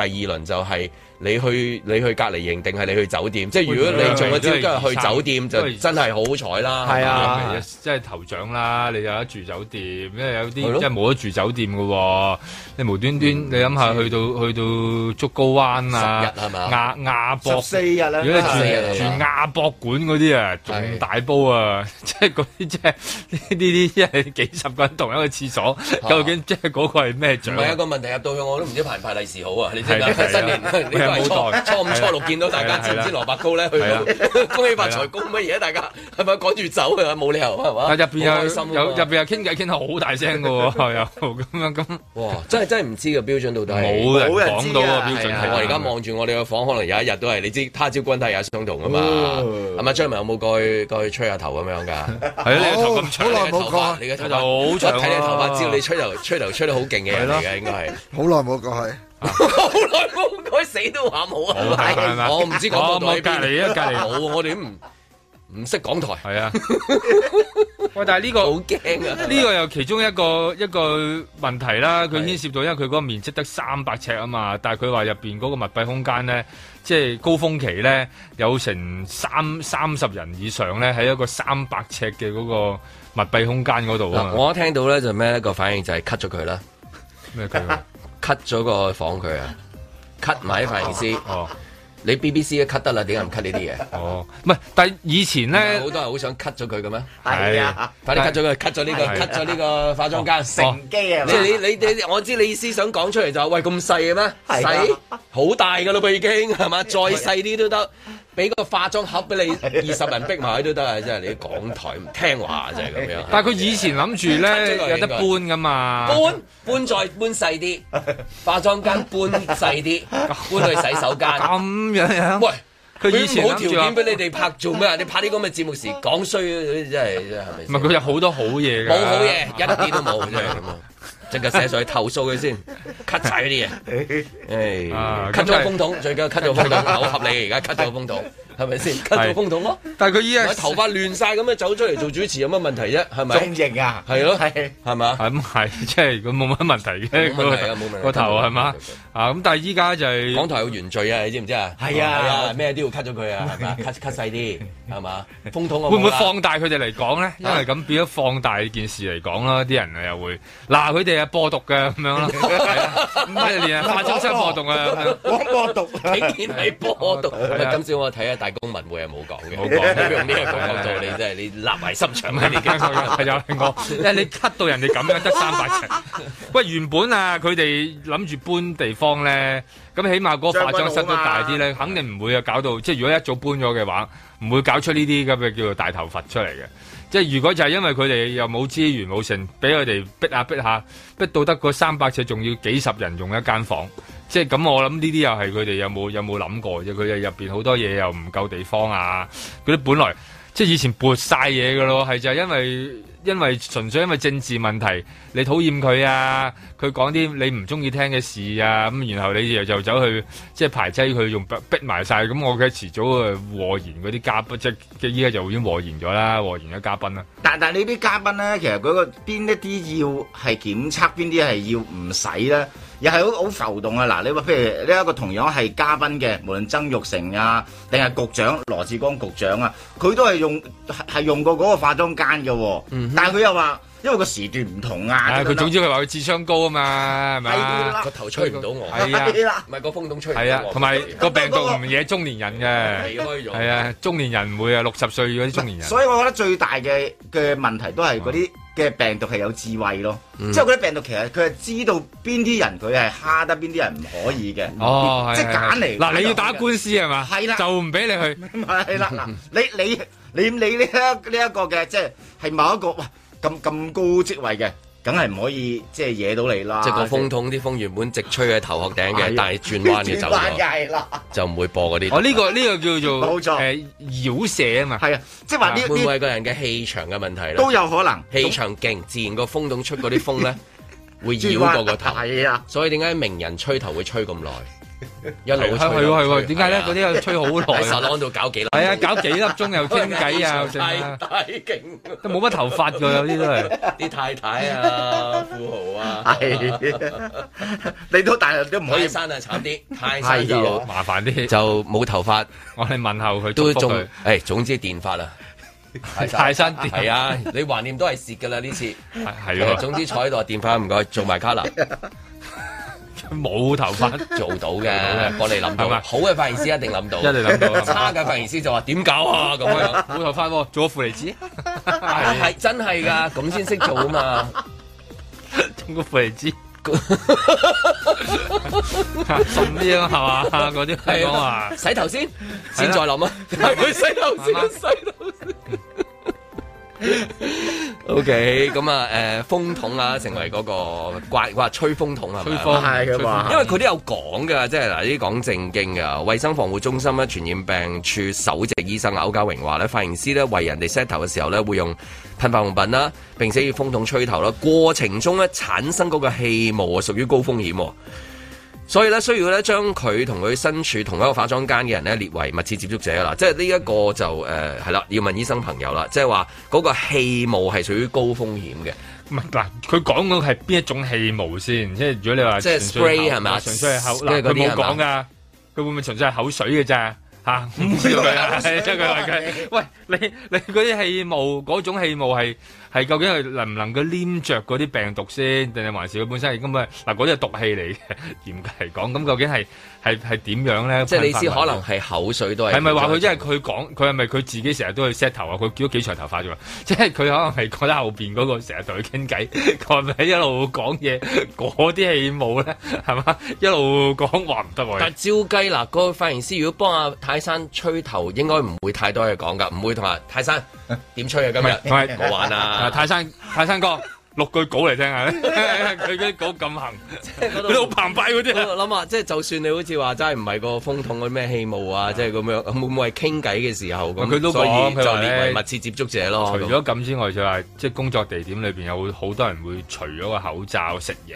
S1: 第二輪就係。你去你去隔離營定係你去酒店？即係如果你中咗招，跟住去酒店就真係好彩啦。
S3: 係
S1: 係咪
S3: 啊，即係頭獎啦，你有得住酒店，因為有
S1: 係咯
S3: 啲即係冇得住酒店嘅喎，你無端端你諗下去到去到竹篙灣啊，
S1: 十日係嘛
S3: 亞亞博
S4: 14日啦
S3: 如果你
S4: 14日
S3: 住
S4: 係
S3: 住
S4: 嘛
S3: 亞博館嗰啲啊，仲大煲啊，即係嗰啲即係呢啲即係幾十個人同一個廁所，究竟即係嗰個係咩獎
S1: 唔
S3: 啊？
S1: 係一個問題入到去，我都唔知派唔派利是好啊！你知唔知
S3: 係係
S1: 新年
S3: 係
S1: 呢個係
S3: 冇袋
S1: 初初五
S3: 係
S1: 初六見到大家
S3: 係
S1: 知唔
S3: 啦
S1: 知蘿蔔糕咧？去
S3: 係啦
S1: 到恭喜發財，恭乜嘢啊？大家係咪趕住走啊？冇理由係嘛？
S3: 但入邊
S1: 好開
S3: 有
S1: 心
S3: 有
S1: 㗎
S3: 入邊有傾偈傾得好大聲嘅喎，又咁樣咁。
S1: 哇！真係真係唔知個標準到底係
S3: 冇人冇人講到個標準
S1: 係
S3: 係啊
S1: 啊我而家望住我哋個房，可能有一日都係你知，他朝君體也相同啊嘛。
S3: 哦
S1: 係咪張文有冇過去過去吹下頭咁樣㗎？
S3: 係啊你個頭咁長
S1: 你
S3: 好
S1: 個
S3: 耐冇
S1: 頭髮
S3: 過
S1: 你嘅頭
S3: 頭
S1: 髮
S3: 好長啊
S1: 我睇你頭髮知道你吹頭吹頭吹得好勁嘅人嚟嘅，應該係。
S9: 好耐冇過去。
S1: *laughs* 好耐冇改死都話冇
S3: 冇
S1: 啊！
S3: 係咪
S1: 我唔知講到
S3: 哦冇隔離啊隔離
S1: 冇，我哋都唔唔識港台。
S3: 係啊， *laughs* 喂，但係呢個
S1: 好驚啊！
S3: 呢個又其中一個一個問題啦，佢牽涉到因為佢嗰個面積得三百尺啊嘛，但係佢話入邊嗰個密閉空間咧，即係高峰期咧有成三三十人以上咧喺一個三百尺嘅嗰個密閉空間嗰度啊
S1: 嗱，
S3: 嘛。
S1: 我一聽到咧就咩呢個反應就係 cut 咗佢啦
S3: 咩佢啊
S1: ，cut 咗個房佢啊，cut 埋啲髮型師。
S3: 哦，
S1: 你 BBC 都 cut 得啦，點解唔 cut 呢啲嘢？
S3: 哦，唔係，但係以前咧
S1: 好多人好想 cut 咗佢嘅咩？
S3: *laughs*
S4: 哎
S3: 係啊
S1: 快啲 cut 咗佢，cut 咗呢個
S3: 係哦
S1: ，cut 咗呢個化妝間
S3: 乘
S4: 機啊
S1: 即係你你你，我知你意思想講出嚟就係喂咁細嘅咩？
S4: 係
S1: 細
S4: 啊
S1: 好大㗎咯，已經係嘛？再細啲都得，俾個化妝盒俾你，二十人逼埋都得啊！真係你港台唔聽話真係咁樣。
S3: 但係佢以前諗住咧
S1: 真係
S3: 有得搬噶嘛，
S1: 搬搬再搬細啲，化妝間搬細
S3: *laughs*
S1: 啲，搬去洗手間。
S3: 咁樣樣。
S1: 喂，
S3: 佢以前
S1: 冇
S3: 諗住
S1: 條
S3: 話
S1: 件俾你哋拍做咩啊？ *laughs* 你拍啲咁嘅節目時講衰嗰啲真係真係係咪
S3: 唔
S1: 先？
S3: 係佢有好多好嘢㗎，
S1: 冇好
S3: *laughs*
S1: 嘢，一啲都冇，真係咁啊！即刻寫上去投訴佢先，cut 晒嗰啲嘢。唉
S3: 啊咁
S1: 哎，cut 咗
S3: 係
S1: 個風筒，最緊要 cut 咗個風筒，好合理嘅。而家 cut 咗個風筒，係咪先？cut 咗個風筒咯。
S3: 但係佢依家
S1: 我頭髮亂晒咁樣走出嚟做主持有乜問題啫？係咪？
S4: 中型啊，
S1: 係咯
S3: *laughs*
S4: 係
S1: 係嘛？
S3: 咁啊係，即係佢冇乜問題嘅，
S1: 冇問題
S3: 個
S1: 啊冇問題
S3: 個頭係嘛啊？咁但係依家就係
S1: 港台有原罪啊，你知唔知啊？
S4: 係啊
S1: 係啊，咩都要 cut 咗佢啊，係
S3: *laughs*
S1: 咪？cut cut 細啲，係嘛？風筒我
S3: 會唔
S1: 冇
S3: 會
S1: 啦 *laughs*
S3: 放大佢哋嚟講
S1: 啊
S3: 咧？因為咁變咗放大件事嚟講啦，啲人啊又會嗱佢哋係播毒嘅咁
S1: *laughs*
S3: 樣啦，係啊唔係連化妝室播毒啊咁樣。
S4: 廣播毒，啊
S1: 竟然係播毒。
S3: 係啊
S1: 喂今朝我睇下大公文會係冇講嘅，
S3: 冇講
S1: 你用呢個角度，你真係你立埋心腸
S3: 唔
S1: 啊！
S3: 係
S1: 你
S3: 你
S1: 嘅
S3: 跟 *laughs* 我
S1: *laughs*
S3: 嘅，又係我，因為你 cut 到人哋咁樣得三百尺。喂，原本啊，佢哋諗住搬地方咧，咁起碼嗰個化妝室都大啲咧，肯定唔會啊搞到，即係如果一早搬咗嘅話，唔會搞出呢啲咁嘅叫做大頭佛出嚟嘅。即係如果就係因為佢哋又冇資源啊冇剩，俾佢哋逼下逼下，逼到得嗰三百尺，仲要幾十人用一間房，即係咁，我諗呢啲又係佢哋有冇有冇諗過啫？佢哋入邊好多嘢又唔夠地方啊！嗰啲本來即係以前撥晒嘢嘅咯，係就係因為因為純粹因為政治問題，你討厭佢啊，佢講啲你唔中意聽嘅事啊，咁然後你又就走去即係排擠佢，用逼逼埋晒。咁我嘅遲早誒和言嗰啲嘉賓，即係即係依家就已經和言咗啦，和言咗嘉賓啦。
S4: 但但呢啲嘉賓咧，其實嗰個邊一啲要係檢測，邊啲係要唔使咧，又係好好浮動啊！嗱，你話譬如呢一個同樣係嘉賓嘅，無論曾玉成啊，定係局長羅志光局長啊，佢都係用係係用過嗰個化妝間嘅喎，但係佢又話因為個時段唔同啊，
S3: 啊！
S4: 等
S3: 嗯佢
S4: 等
S3: 總之佢話佢智商高啊嘛，係咪
S4: 係
S3: 啊
S4: 啦？
S1: 個頭吹唔到我，
S3: 係
S4: *laughs*
S3: 啊
S1: 係啦，唔係個風筒吹唔
S3: 係啊
S1: 到，我，
S3: 同埋個病毒唔惹中年人嘅，
S1: 避開咗
S3: 係啊，中年人唔會啊，六十歲嗰啲中年人。
S4: 所以我覺得最大嘅嘅問題都係嗰
S1: 嗯
S4: 啲嘅病毒係有智慧咯，
S3: 嗯
S4: 即係嗰啲病毒其實佢係知道邊啲人佢係蝦得邊啲人唔可以嘅，
S3: 哦，係
S4: 即係
S3: 係
S4: 揀嚟
S3: 嗱，你要打官司係嘛？
S4: 係啦
S3: 就唔俾你去。
S4: 係啦，嗱，你你你你呢一呢一個嘅即係係某一個哇咁咁高職位嘅，梗係唔可以即係惹到你啦，
S1: 即係個風筒啲風原本直吹喺頭殼頂嘅，但係轉彎嘅
S4: 啊 *laughs* 轉
S1: 走
S4: 彎
S1: 咗，
S4: 嘅係啦。
S1: 就唔會播嗰啲。
S3: 我呢個呢個叫做
S1: 冇
S3: 錯誒繞射啊嘛，
S4: 係啊，即係話呢呢
S1: 會唔會係個人嘅氣場嘅問題咧？
S4: 都有可能
S1: 氣場勁，自然個風筒出嗰啲風咧會繞
S3: 轉彎
S1: 過個頭。
S4: 係啊，
S1: 所以點解名人吹頭會吹咁耐？一路吹啊
S3: 係係喎係喎點解咧嗰啲又吹好耐啊
S1: 喺沙朗度搞幾粒？
S3: 係啊搞幾粒鐘又傾偈 *laughs*
S1: *laughs*
S3: 啊又剩
S1: 太
S3: 啊
S1: 太勁，
S3: 都冇乜頭髮㗎有啲都係
S1: 啲太太啊、富豪啊，
S4: 係 *laughs* 你都但係都唔
S1: 可以山啊，慘啲，泰山係就
S3: 啊麻煩啲，
S1: 就冇頭髮。
S3: 我哋問候佢，
S1: 都
S3: 祝福
S1: 仲
S3: 佢
S1: 誒，總之電髮啦。
S3: 泰山
S1: *laughs*
S3: 電
S1: 係啊，你懷念都係蝕㗎啦呢次。
S3: 係啊喎
S1: *laughs* 總之坐喺度電髮唔該，做埋卡
S3: *laughs*
S1: 啦。
S3: 冇頭髮
S1: 做到嘅
S3: 嘅，
S1: 幫你諗到
S3: 係嘛
S1: 好嘅髮型師一定諗到，
S3: *laughs* 一定諗到係嘛
S1: 差嘅髮型師就話點搞啊咁
S3: *laughs*
S1: 樣。
S3: 冇頭髮喎，做咗負離子，
S1: 啊係真係㗎，咁先識做啊嘛。
S3: 中個負離 *laughs* 子。順啲啊，係嘛？嗰啲係啊講話
S1: 洗頭先，先再諗啊。係佢洗頭先，洗頭 *laughs* 先。O K，咁啊，誒風筒啊，成為嗰個刮刮吹風筒係咪啊
S4: 吹風係佢話
S1: 因為佢都有講㗎，即係嗱，呢啲講正經㗎。衞生防護中心咧，傳染病處首席醫生歐家榮話咧，髮型師咧為人哋 set 頭嘅時候咧，會用噴髮用品啦，並且要風筒吹頭啦，過程中咧產生嗰個氣霧啊，屬於高風險喎。所以咧，需要咧將佢同佢身處同一個化妝間嘅人咧列為密切接觸者啦。即係呢一個就誒係啦，要問醫生朋友啦。即係話嗰個氣霧係屬於高風險嘅，
S3: 唔係嗱，佢講嗰係邊一種氣霧先？即係如果你話
S1: 即係
S3: 純粹
S1: spray
S3: 口
S1: 係咪
S3: 純粹係口
S1: 跟
S3: 嗱，
S1: 住嗰
S3: 佢
S1: 啲
S3: 冇
S1: 係咪
S3: 講噶，佢會唔會純粹係口水嘅咋？
S1: *laughs*
S3: 嚇唔知道佢啊， *laughs* 即係佢話佢，喂你你嗰啲氣霧嗰種氣霧係係究竟係能唔能夠黏着嗰啲病毒先，定係還是佢本身係咁啊？嗱，嗰啲係毒氣嚟嘅， *laughs* 嚴格嚟講，咁究竟係係係點樣咧？
S1: 即係你
S3: 噴發
S1: 知
S3: 物
S1: 可能係口水都係。
S3: 係咪話佢因為佢講佢係咪佢自己成日都去 set 頭啊？佢叫咗幾長頭髮啫嘛， *laughs* 即係佢可能係覺得後邊嗰個成日同佢傾偈， *laughs* 佢係咪一路講嘢嗰啲氣冇咧？係嘛， *laughs* 一路講話唔得喎。
S1: 但照計嗱，個髮型師如果幫阿泰山吹頭，應該唔會太多嘢講噶，唔會同阿泰山點吹啊今日，
S3: 唔係
S1: 我玩啊，
S3: *laughs* 泰山泰山哥六句稿嚟聽
S1: *laughs*
S3: 下，佢嗰啲稿咁行，佢都好澎湃嗰啲
S1: 啊。諗下，即係就算你好似話齋唔係個風筒嗰啲咩氣霧啊，即係咁樣，會唔會係傾偈嘅時候咁？
S3: 佢都
S1: 所以
S3: 講佢
S1: 就
S3: 話
S1: 列為
S3: 咧
S1: 密切接觸者咯。
S3: 除咗咁之外，就係即係工作地點裏邊有好多人會除咗個口罩食嘢，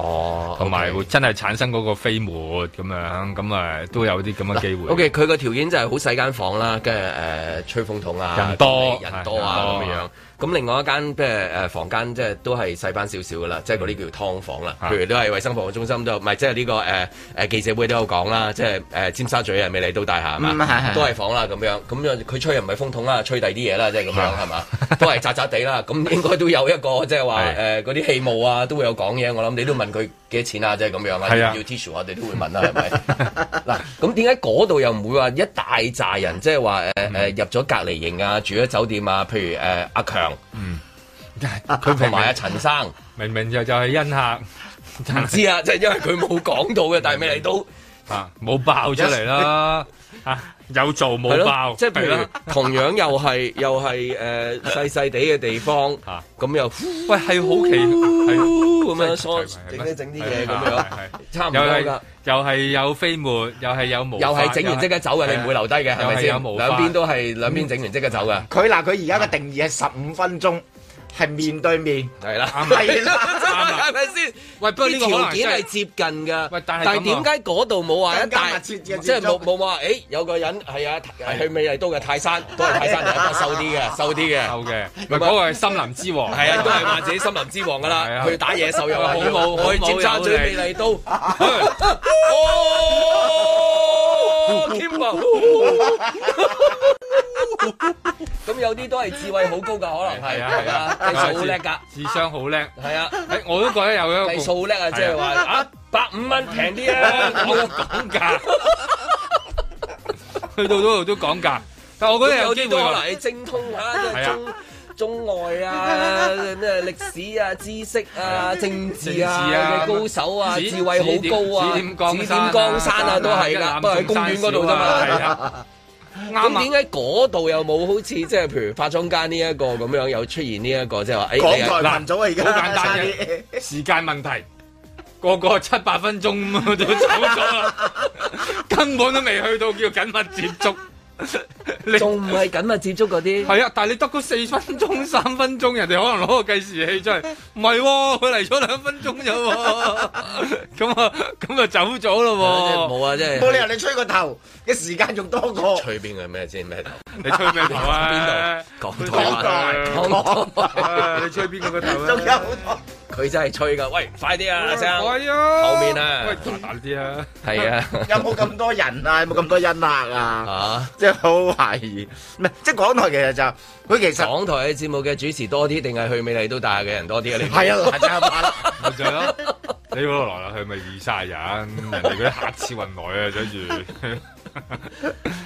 S1: 哦，
S3: 同埋
S1: OK
S3: 會真係產生嗰個飛沫咁樣，咁啊都有啲咁嘅機會。
S1: O K，佢個條件就係好細間房啦，跟住誒吹風筒啊，
S3: 人多
S1: 人多啊咁
S3: 係人
S1: 樣
S3: 多。
S1: 咁另外一間即係誒房間，即係都係細班少少噶啦，即係嗰啲叫劏房啦。譬如都係衞生防護中心都有，唔係即係呢個誒誒記者會都有講啦，即係誒尖沙咀啊、美利都大廈係
S4: 嗯係
S1: 嘛，
S4: 係
S1: 都係房啦咁樣。咁樣佢吹又唔係風筒啦，吹第啲嘢啦，即係咁樣係嘛，都係雜雜地啦。咁應該都有一 *laughs* 個即係話誒嗰啲氣霧啊，都會有講嘢。我諗你都問佢幾多錢啊，即係咁樣啊，
S3: 係
S1: 要
S3: 啊
S1: 唔要 tissue 我哋都會問啦，係咪？ *laughs* 咁點解嗰度又唔會話一大扎人，即係話誒誒入咗隔離營啊，住咗酒店啊？譬如誒、呃阿強，
S3: 嗯，
S1: *laughs* 佢同埋阿陳生，
S3: 明明就就係恩客，
S1: 唔知啊，即係因為佢冇講到嘅，但係美麗都
S3: 啊，冇爆出嚟啦，啊，有做
S1: 係
S3: 冇
S1: 咯
S3: 爆，
S1: 即係譬
S3: 係啊
S1: 如
S3: 啦
S1: 同樣又係 *laughs* 又
S3: *laughs*
S1: 係誒細細地嘅地方，咁又
S3: 喂係好奇
S1: 咁樣梳整啲整啲嘢咁樣，差唔多
S3: 啊又係
S1: 㗎。
S3: 又係有飛沫，又係有毛髮，
S1: 又係整完即刻走嘅，你唔會留低嘅，係咪
S3: 又係有毛
S1: 先？
S3: 髮
S1: 兩邊都係兩邊整完即刻走嘅。
S4: 佢嗱佢而家嘅定義係十五分鐘，係面對面。
S1: 係啦，
S4: 係啦，
S1: 係咪先？
S3: 啊喂，不過呢個可能
S1: 條件係
S3: 真係
S1: 接近㗎。喂，
S3: 但係咁
S1: 但
S3: 啊
S1: 係點解嗰度冇話一
S3: 更加
S1: 大
S3: 密
S1: 即
S3: 切嘅
S1: 係
S3: 接
S1: 冇
S3: 觸
S1: 冇話？誒有個人係啊，係去美麗都嘅泰山，都係泰
S3: *laughs*
S1: 山嚟，不過瘦啲嘅，瘦啲嘅，
S3: 瘦嘅。喂，嗰個係森林之王，
S1: 係
S3: *laughs*
S1: 啊，都係話自己森林之王㗎
S3: 係
S1: 啦
S3: 啊，
S1: 去打野獸又話
S3: 好
S1: 要
S3: 冇
S1: 我去
S3: 好冇
S1: 尖沙咀
S3: 有
S1: 美
S3: 你
S1: 麗
S3: *laughs*
S1: 都。哦，Kimbo 咁有啲都係智慧好高㗎，可能係
S3: 係啊係啊，
S1: 計數好叻㗎。
S3: 智商好叻，
S1: 係啊，
S3: 誒我都覺得有一個
S1: 計數好叻啊，即係話啊，百五蚊平啲啊，
S3: 我講價，去到嗰度都講價，但我覺得有機
S1: 啲
S3: 會
S1: 都可
S3: 喎
S1: 能係精通啊，即
S3: 係
S1: 係
S3: 啊
S1: 中中外
S3: *laughs*
S1: 啊，咩歷史啊、知識啊、政治啊嘅高手啊，
S3: 指
S1: 智慧好高啊，
S3: 指點江
S1: 指
S3: 山啊
S1: 點江山啊，都係
S3: 一
S1: 㗎，
S3: 覽
S1: 不過喺公園嗰度啫
S3: 眾山小啊係
S1: 嘛
S3: 啊。啱
S1: 咁
S3: 啊
S1: 點解嗰度又冇好似即係譬如化妝間呢一個咁樣有出現呢一個即係話誒你啊係
S3: 嗱
S1: 嗱
S3: 好簡單嘅時間問題，個個七八分鐘咁就走咗
S1: *laughs*
S3: 啦，根本都未去到叫緊密接觸。
S1: 仲唔係緊密接觸嗰啲？
S3: 係啊，但係你得嗰四分鐘、三分鐘，人哋可能攞個計時器出嚟，唔係喎，佢嚟咗兩分鐘啫
S1: *laughs*
S3: 喎，咁啊，咁啊走咗咯喎，
S1: 冇啊，即係
S4: 冇理由你吹個頭嘅時間仲多過。
S1: 吹邊個咩先咩頭？
S3: 你吹咩頭啊？
S1: 邊度？
S4: 港台
S1: 港台
S3: 啊你吹邊個個頭啊？
S4: 仲有好多。
S1: 佢真係吹噶，喂，快啲啊，阿生，
S3: 快啊
S1: 後面啊，
S3: 喂，大膽啲啊！
S1: 係啊，
S4: 有冇咁多人啊？有冇咁多恩客 *laughs* 啊？
S1: 啊，
S4: 即係好懷疑，唔係即係港台其實就佢其實
S1: 港台嘅節目嘅主持多啲，定係去美麗都大嘅人多啲啊？你
S4: 係啊，嗱就係話啦
S3: 咪就係咯，你嗰度來來去咪二卅人，人哋嗰啲客似雲來啊，跟住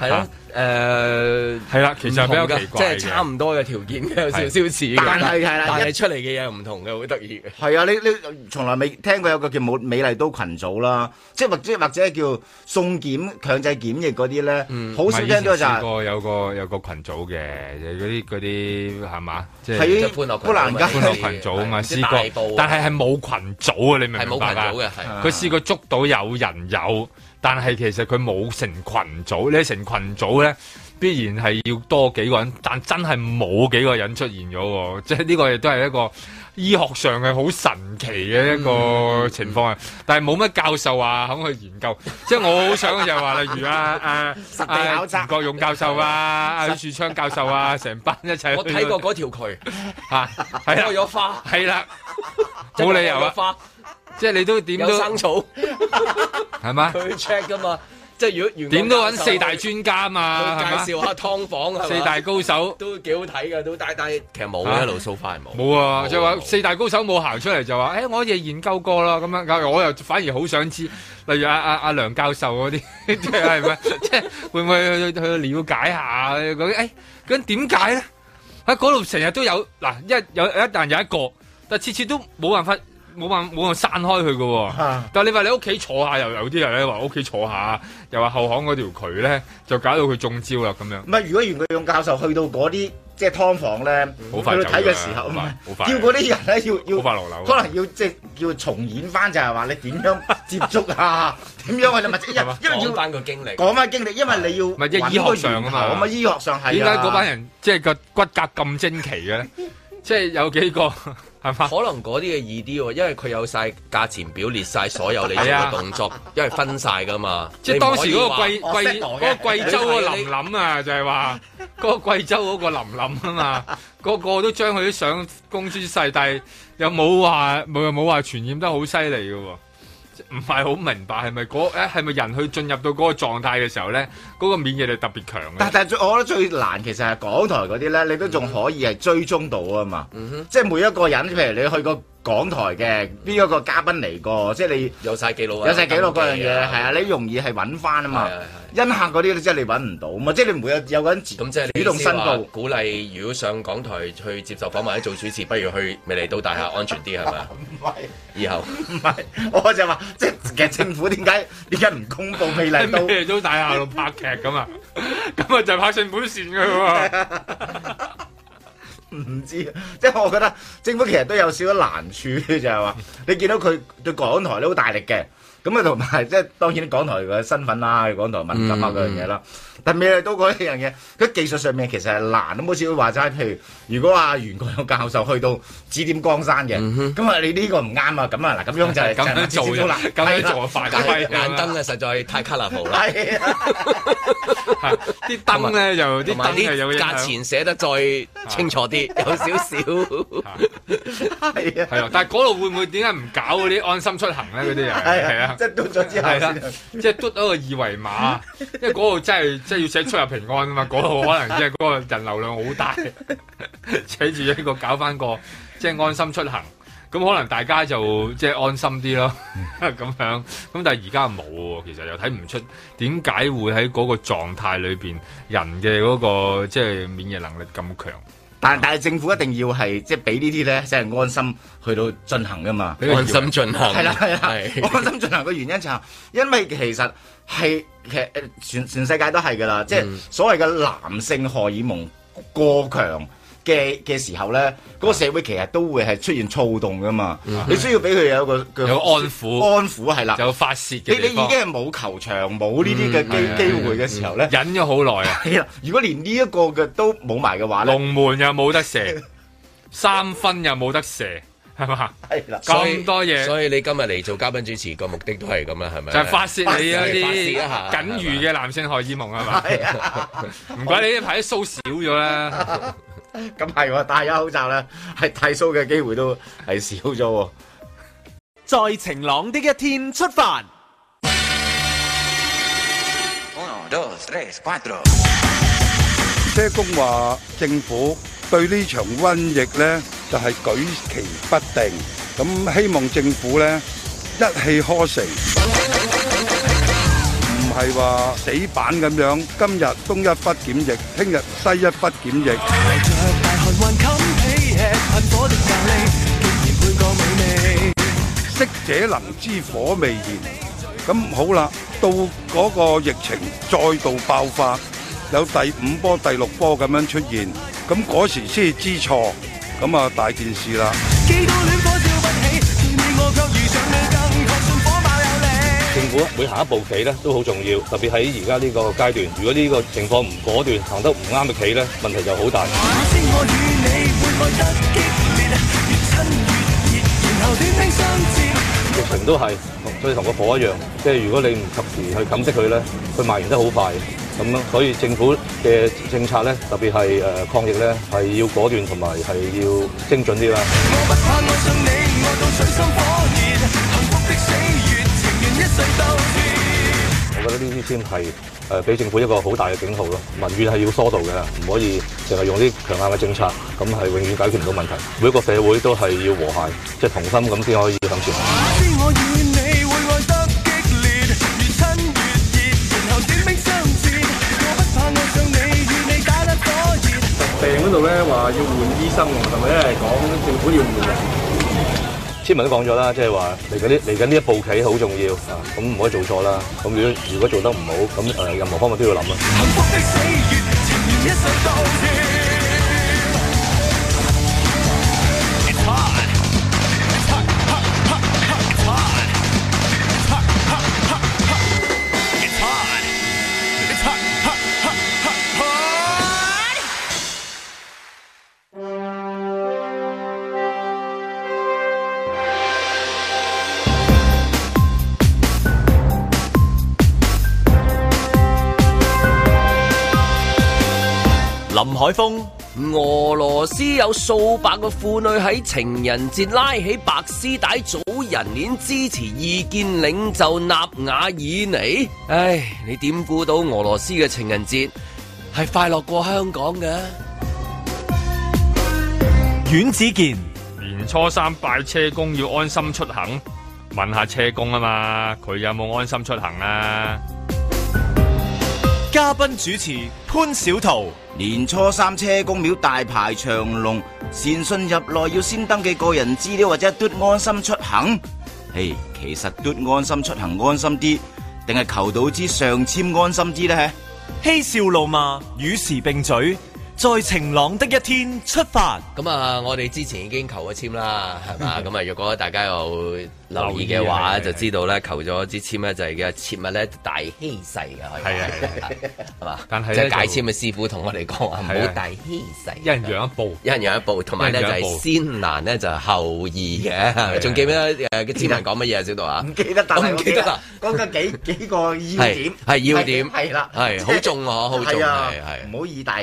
S1: 係
S4: 啊
S1: 咯，誒，
S3: 係啦，其實比較奇
S1: 唔同㗎
S3: 怪嘅
S1: 即係差唔多嘅條件嘅，有少少似嘅，
S4: 但係係啦
S1: 但
S4: 一
S1: 係出嚟嘅嘢唔同嘅，好得意嘅。
S4: 係啊，你你從來未聽過有個叫冇美麗都群組啦，即係或者或者叫送檢強制檢疫嗰啲咧，好少聽
S3: 係
S4: 到就
S3: 以前試
S4: 係
S3: 過有個有個群組嘅，就係嗰啲嗰啲係嘛，即
S4: 喺
S3: 係
S4: 即係歡樂群組啊嘛
S3: 歡樂群組啊嘛，
S1: 係
S3: 試
S1: 即係大
S3: 過
S1: 埔，
S3: 但係係冇群組啊，你明唔明白
S1: 係
S3: 啊
S1: 冇群組嘅係
S3: 佢試過捉到有人有，但係其實佢冇成群組，你成群組咧。必然係要多幾個人，但真係冇幾個人出現咗喎，即係呢個亦都係一個醫學上嘅好神奇嘅一個情況啊！但係冇乜教授話肯去研究， *laughs* 即係我好想就係話，例如啊啊
S4: 實地考察
S3: 啊袁國勇教授啊、啊許樹昌教授啊，成班一齊去。
S1: 我睇過嗰條渠，
S3: 嚇，
S1: *laughs*
S3: 係啦
S1: 開，咗花，
S3: 係啦，冇理由
S1: 開咗 *laughs*
S3: 啊！
S1: 花
S3: 即係你都點
S1: 有
S3: 都
S1: 生草，
S3: 係嘛？
S1: 佢 check 噶嘛，即係如果袁國
S3: 點都揾
S1: 教授
S3: 四大專家嘛，係嘛
S1: 去介紹下劏房係嘛
S3: 四大高手。
S1: 都幾好睇嘅，都但但係其實冇
S3: 啊
S1: 嘅，一路 so far 係冇。
S3: 冇啊，就話四大高手冇行出嚟就話，誒、我哋研究過啦，咁樣，咁我又反而好想知，例如阿阿阿梁教授嗰啲， *laughs* 即係係咪，即係會唔會去去了解下嗰啲？誒，咁點解咧？喺嗰度成日都有嗱，一有一旦有一個，但次次都冇辦法。冇辦冇辦散開佢嘅喎，但係你話你屋企坐下又有啲人咧話屋企坐下，又話後巷嗰條渠咧就搞到佢中招啦咁樣。
S4: 唔係？如果袁國勇教授去到嗰啲即係劏房咧，
S3: 好
S4: 去
S3: 快
S4: 到
S3: 走㗎
S4: 睇嘅時候，
S3: 好
S4: 唔
S3: 快
S4: 係
S3: 好快
S4: 叫嗰啲人咧要要
S3: 好快落樓㗎啊
S4: 可能要即係要重演翻就係話你點樣接觸啊， *laughs* 點樣去物質，因為因為
S1: 講
S4: 要
S1: 翻個經歷，
S4: 講翻經歷，因為你要
S3: 唔係即係醫學上啊嘛，
S4: 咁啊醫學上係啊
S3: 點解嗰班人即係個骨骼咁精奇嘅
S4: *laughs*
S3: 咧？即係有幾個係嘛？
S1: 可能嗰啲嘅易啲喎，因為佢有晒價錢表列晒所有你做
S3: 係啊
S1: 嘅動作，因為分晒噶嘛。
S3: 即係當時嗰個貴貴
S1: 嗰
S3: 嗰個貴州嗰個林林啊，就係話嗰個貴州嗰個林林啊
S4: *laughs*
S3: 嘛，個個都將佢啲相公諸世，但係又冇話冇冇話傳染得好犀利嘅喎。唔係好明白係咪嗰誒係咪人去進入到嗰個狀態嘅時候咧，嗰、個免疫力特別強嘅
S4: 但。但係最我覺得最難其實
S3: 嗯
S4: 係港台嗰啲咧，你都仲可以係追蹤到啊嘛，即係每一個人，譬如你去個港台嘅邊一個嘉賓嚟過，即係你
S1: 有晒記錄啊
S4: 有晒記錄嗰樣
S1: 登記
S4: 嘢
S1: 啊
S4: 係啊，你容易係揾翻啊嘛
S1: 係係。
S4: 恩客嗰啲即係你揾唔到嘛，即係你唔會有有個人自
S1: 咁即係你
S4: 主動申
S1: 意思
S3: *laughs*
S4: 報
S1: 話。鼓勵如果上港台去接受訪問或者做主持，不如去美利都大廈安全啲係咪？
S4: 唔係
S1: 以後
S4: 唔係，我就話即係其實政府點解點解唔公佈美麗都？
S3: 咩都大廈度拍劇咁啊， *laughs* 咁啊就拍信本線嘅喎。
S4: 唔知，即係我覺得政府其實都有少少難處，就係話你見到佢對港台都好大力嘅，咁啊同埋即係當然港台嘅身份啦，港台敏感
S10: 嗯
S4: 啊嗰樣嘢啦。但美麗都嗰樣嘢，佢技術上面其實係難，咁好似話齋，譬如如果阿袁國勇教授去到指點江山嘅，咁啊你呢個唔啱啊，咁啊嗱咁樣就係
S1: 咁樣做
S3: à,
S4: 就係難
S1: 咁樣做
S4: 係啦
S1: 犯
S4: 係啦
S1: 規眼燈啊，實在太 colourful 啦。
S4: 係啊
S1: 啲
S3: 燈咧
S1: 啊
S3: 就啲燈係有影響
S1: 價錢寫得再清楚啲，有少少
S4: 係啊，
S3: 係啊，但係嗰度會唔會點解唔搞嗰啲安心出行咧？嗰啲人
S1: 係啊
S3: 係啊，
S4: 即 *laughs* 係嘟咗之後
S3: 係啦
S4: 先，啊
S3: 即係嘟咗個二維
S4: *laughs*
S3: 碼，因為嗰度真係真係要寫出入平安啊嘛，嗰度可能即係嗰個人流量好大，寫住一個搞翻個即係安心出行，咁可能大家就即係安心啲咯，*laughs*
S4: 嗯
S3: 咁樣，咁但係而家冇喎，其實又睇唔出點解會喺嗰個狀態裏邊人嘅嗰、個即係免疫能力咁強。
S4: 但但係政府一定要係即係俾呢啲咧，即係安心去到進行噶嘛，
S3: 啊
S1: 俾佢安心進行
S4: 係啦係
S1: 係
S4: 啦， *laughs* 安心進行嘅原因就係因為其實係其實誒全全世界都係噶啦，即係
S3: 嗯
S4: 所謂嘅男性荷爾蒙過強。嘅嘅時候咧，嗰、個社會其實都會係出現躁動噶嘛，你需要俾佢有一個有
S3: 嗯有安撫
S4: 安撫係啦，
S3: 有發泄
S4: 啊你
S3: 嘅
S4: 你
S3: 地
S4: 已
S3: 方
S4: 經係冇球場冇呢啲嘅機
S3: 嗯係啊
S4: 機會嘅時候咧，
S3: 忍咗好
S4: *laughs*
S3: 耐啊！
S4: 係啦，如果連呢一個嘅都冇埋嘅話咧，
S3: 龍門又冇得射，三分又冇得射，係嘛？
S4: 係啦
S3: 咁多嘢，
S1: 所以你今日嚟做嘉賓主持個目的都係咁啦，係咪？
S3: 就係發泄你嗰
S1: 發泄一下
S3: 啲僅餘嘅男性荷爾蒙啊係嘛
S4: 係？
S3: 唔怪你呢排啲須少咗啦，
S4: 咁係喎，戴咗口罩咧，係剃須嘅機會都係少咗喎。
S2: 在晴朗的一天出發。
S11: 車公話政府對呢場瘟疫呢就係、舉棋不定，咁希望政府呢一氣呵成，唔係話死板咁樣。今日東一忽檢疫，聽日西一忽檢疫。識者能知火未燃，咁好啦，到嗰個疫情再度爆發，有第五波、第六波咁樣出現，咁嗰時先知錯，咁啊大件事啦。
S12: 政府每行一步棋咧都好重要，特別喺而家呢個階段。如果呢個情況唔果斷，行得唔啱嘅棋咧，問題就好大。疫情都係，所以同個火一樣，即係如果你唔及時去感激佢咧，佢蔓延得好快。咁樣，所以政府嘅政策咧，特別係誒抗疫咧，係要果斷同埋係要精準啲啦。我覺得呢啲先係誒俾政府一個好大嘅警號咯。民怨係要疏導嘅，唔可以淨係用啲強硬嘅政策，咁係永遠解決唔到問題。每一個社會都係要和諧，即係同心咁先可以向前。
S13: 病嗰度咧話要換醫生喎，係咪咧？講政府要換人。
S12: 簽文都講咗啦，即係話嚟緊呢嚟緊呢一步棋好重要啊，咁唔可以做錯啦。咁如果如果做得唔好，咁誒、任何方面都要諗啊啦。
S1: 林海峰，俄羅斯有數百個婦女喺情人節拉起白絲帶組人鏈支持意見領袖納瓦爾尼。唉，你點估到俄羅斯嘅情人節係快樂過香港嘅？
S2: 阮子健，
S3: 連年初三拜車公要安心出行，問下車公啊嘛，佢有冇安心出行啊？
S2: 嘉賓主持潘小桃，
S14: 年初三車公廟大排長龍，善信入內要先登記個人資料或者嘟安心出行。嘿，其實嘟安心出行安心啲，定係求到支上籤安心啲呢？
S2: 嬉笑怒罵，與時並嘴，在晴朗的一天出發。
S1: 咁啊，我哋之前已經求咗簽啦，係
S3: *laughs*
S1: 嘛？咁啊，若果大家有留意嘅話，
S3: 留意啊
S1: 就
S3: 係
S1: 知道咧，求咗支簽咧就係嘅切物咧大欺世嘅，可以話
S3: 係啊係啊係啊
S1: 係嘛？
S3: 但係
S1: 即
S3: 咧
S1: 係解簽嘅師傅同我哋講話，唔
S3: 係
S1: 好
S3: 啊
S1: 大欺世，
S3: 一人讓一步，
S1: 一人讓一步，同埋咧
S3: 一
S1: 就
S3: 人
S1: 係
S3: 讓一步
S1: 先難咧就係後易
S3: 係
S1: 嘅，仲記唔記得誒嘅簽文講乜嘢啊？小道啊？
S4: 記得，但
S1: 我
S4: 係
S1: 唔記得啦。
S4: 講緊幾 *laughs* 幾個嗯要
S1: 係
S4: 點，
S1: 係要點，
S4: 係啦，
S1: 係
S4: 即係
S1: 好中我，好中
S4: 係啊
S1: 係係。
S4: 唔好以大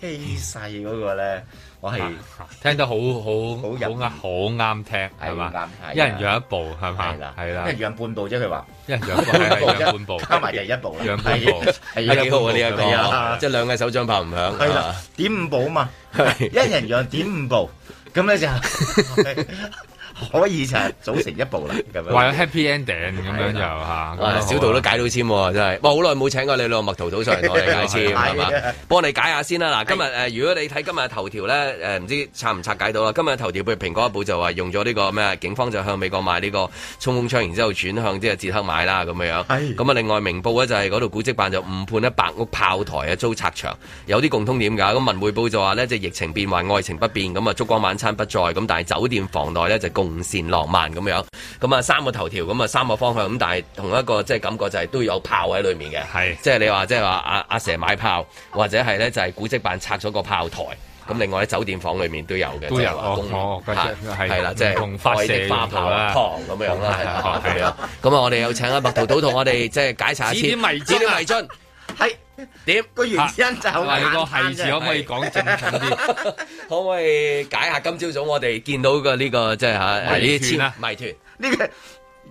S4: 欺細嗰個咧，我
S1: 啊
S4: 係
S3: 聽得好好好啱好啱聽係嘛？
S4: 啊
S3: 一人讓一步係嘛？係啦，
S4: 一人讓半步啫，佢話
S3: 一人讓一步係係讓
S1: 哦
S3: 半步，
S4: 加埋就係一
S1: *laughs*
S4: 步啦，
S3: 讓半步
S4: 係
S1: 係幾好啊！呢一
S4: 係啊
S1: 個即係兩個手掌拍唔響。
S4: 係
S1: 係
S4: 啦
S1: 嘛，
S4: 點五步
S1: *laughs*
S4: 啊嘛，一人讓點五步，咁咧就可以就 *laughs* 係組成一步啦，咁樣
S3: 話有 happy ending 咁樣就嚇。咁
S1: 啊
S3: 樣
S1: 小道都解到簽喎，真係，哇！好耐冇請過你咯，麥桃桃上嚟同我哋解簽
S3: *laughs* 係啊
S1: 係嘛
S3: 係啊？
S1: 幫你解下先啦。嗱，今日誒，如果你睇今日頭條咧，誒唔知拆唔拆解到啦？今日頭條譬如蘋果日報就話用咗呢個咩，警方就向美國買呢個衝鋒槍，然之後轉向即係捷克買啦咁樣樣。咁啊，另外明報咧就係嗰度古蹟辦就誤判咧白屋炮台啊遭拆牆，有啲共通點㗎。咁文匯報就話呢，即係疫情變幻，愛情不變，咁啊燭光晚餐不在，咁但係酒店房內呢，就共善浪漫咁樣。咁啊三個頭條，咁啊三個方向，咁但係同一個即係感覺就係都有炮喺裏面嘅，係即係你話即係話阿阿蛇買炮，或者係呢就係古蹟辦拆咗個炮台。咁另外喺酒店房裏面都有嘅，
S3: 都有
S1: 即係話
S3: 哦
S1: 公
S3: 哦
S1: 嚇
S3: 係
S1: 係啦，即係
S3: 同發
S1: 愛
S3: 射
S1: 的花
S3: 嗰度
S1: 炮
S3: 啦
S1: 堂咁樣啦，係啦
S3: 係
S1: 咁樣
S3: 啊。
S1: 咁啊，我哋有請阿麥圖圖同我哋即係解查一次，
S3: 指點迷津啊
S1: 指點迷津。
S4: 係
S1: 點
S4: 個原因就好
S1: 啊
S4: 簡單啫
S1: 個係字可唔可以講正準啲？可唔可以解下今朝早我哋見到嘅呢個即係嚇呢啲
S4: 迷團啊
S1: 迷團？
S4: 呢個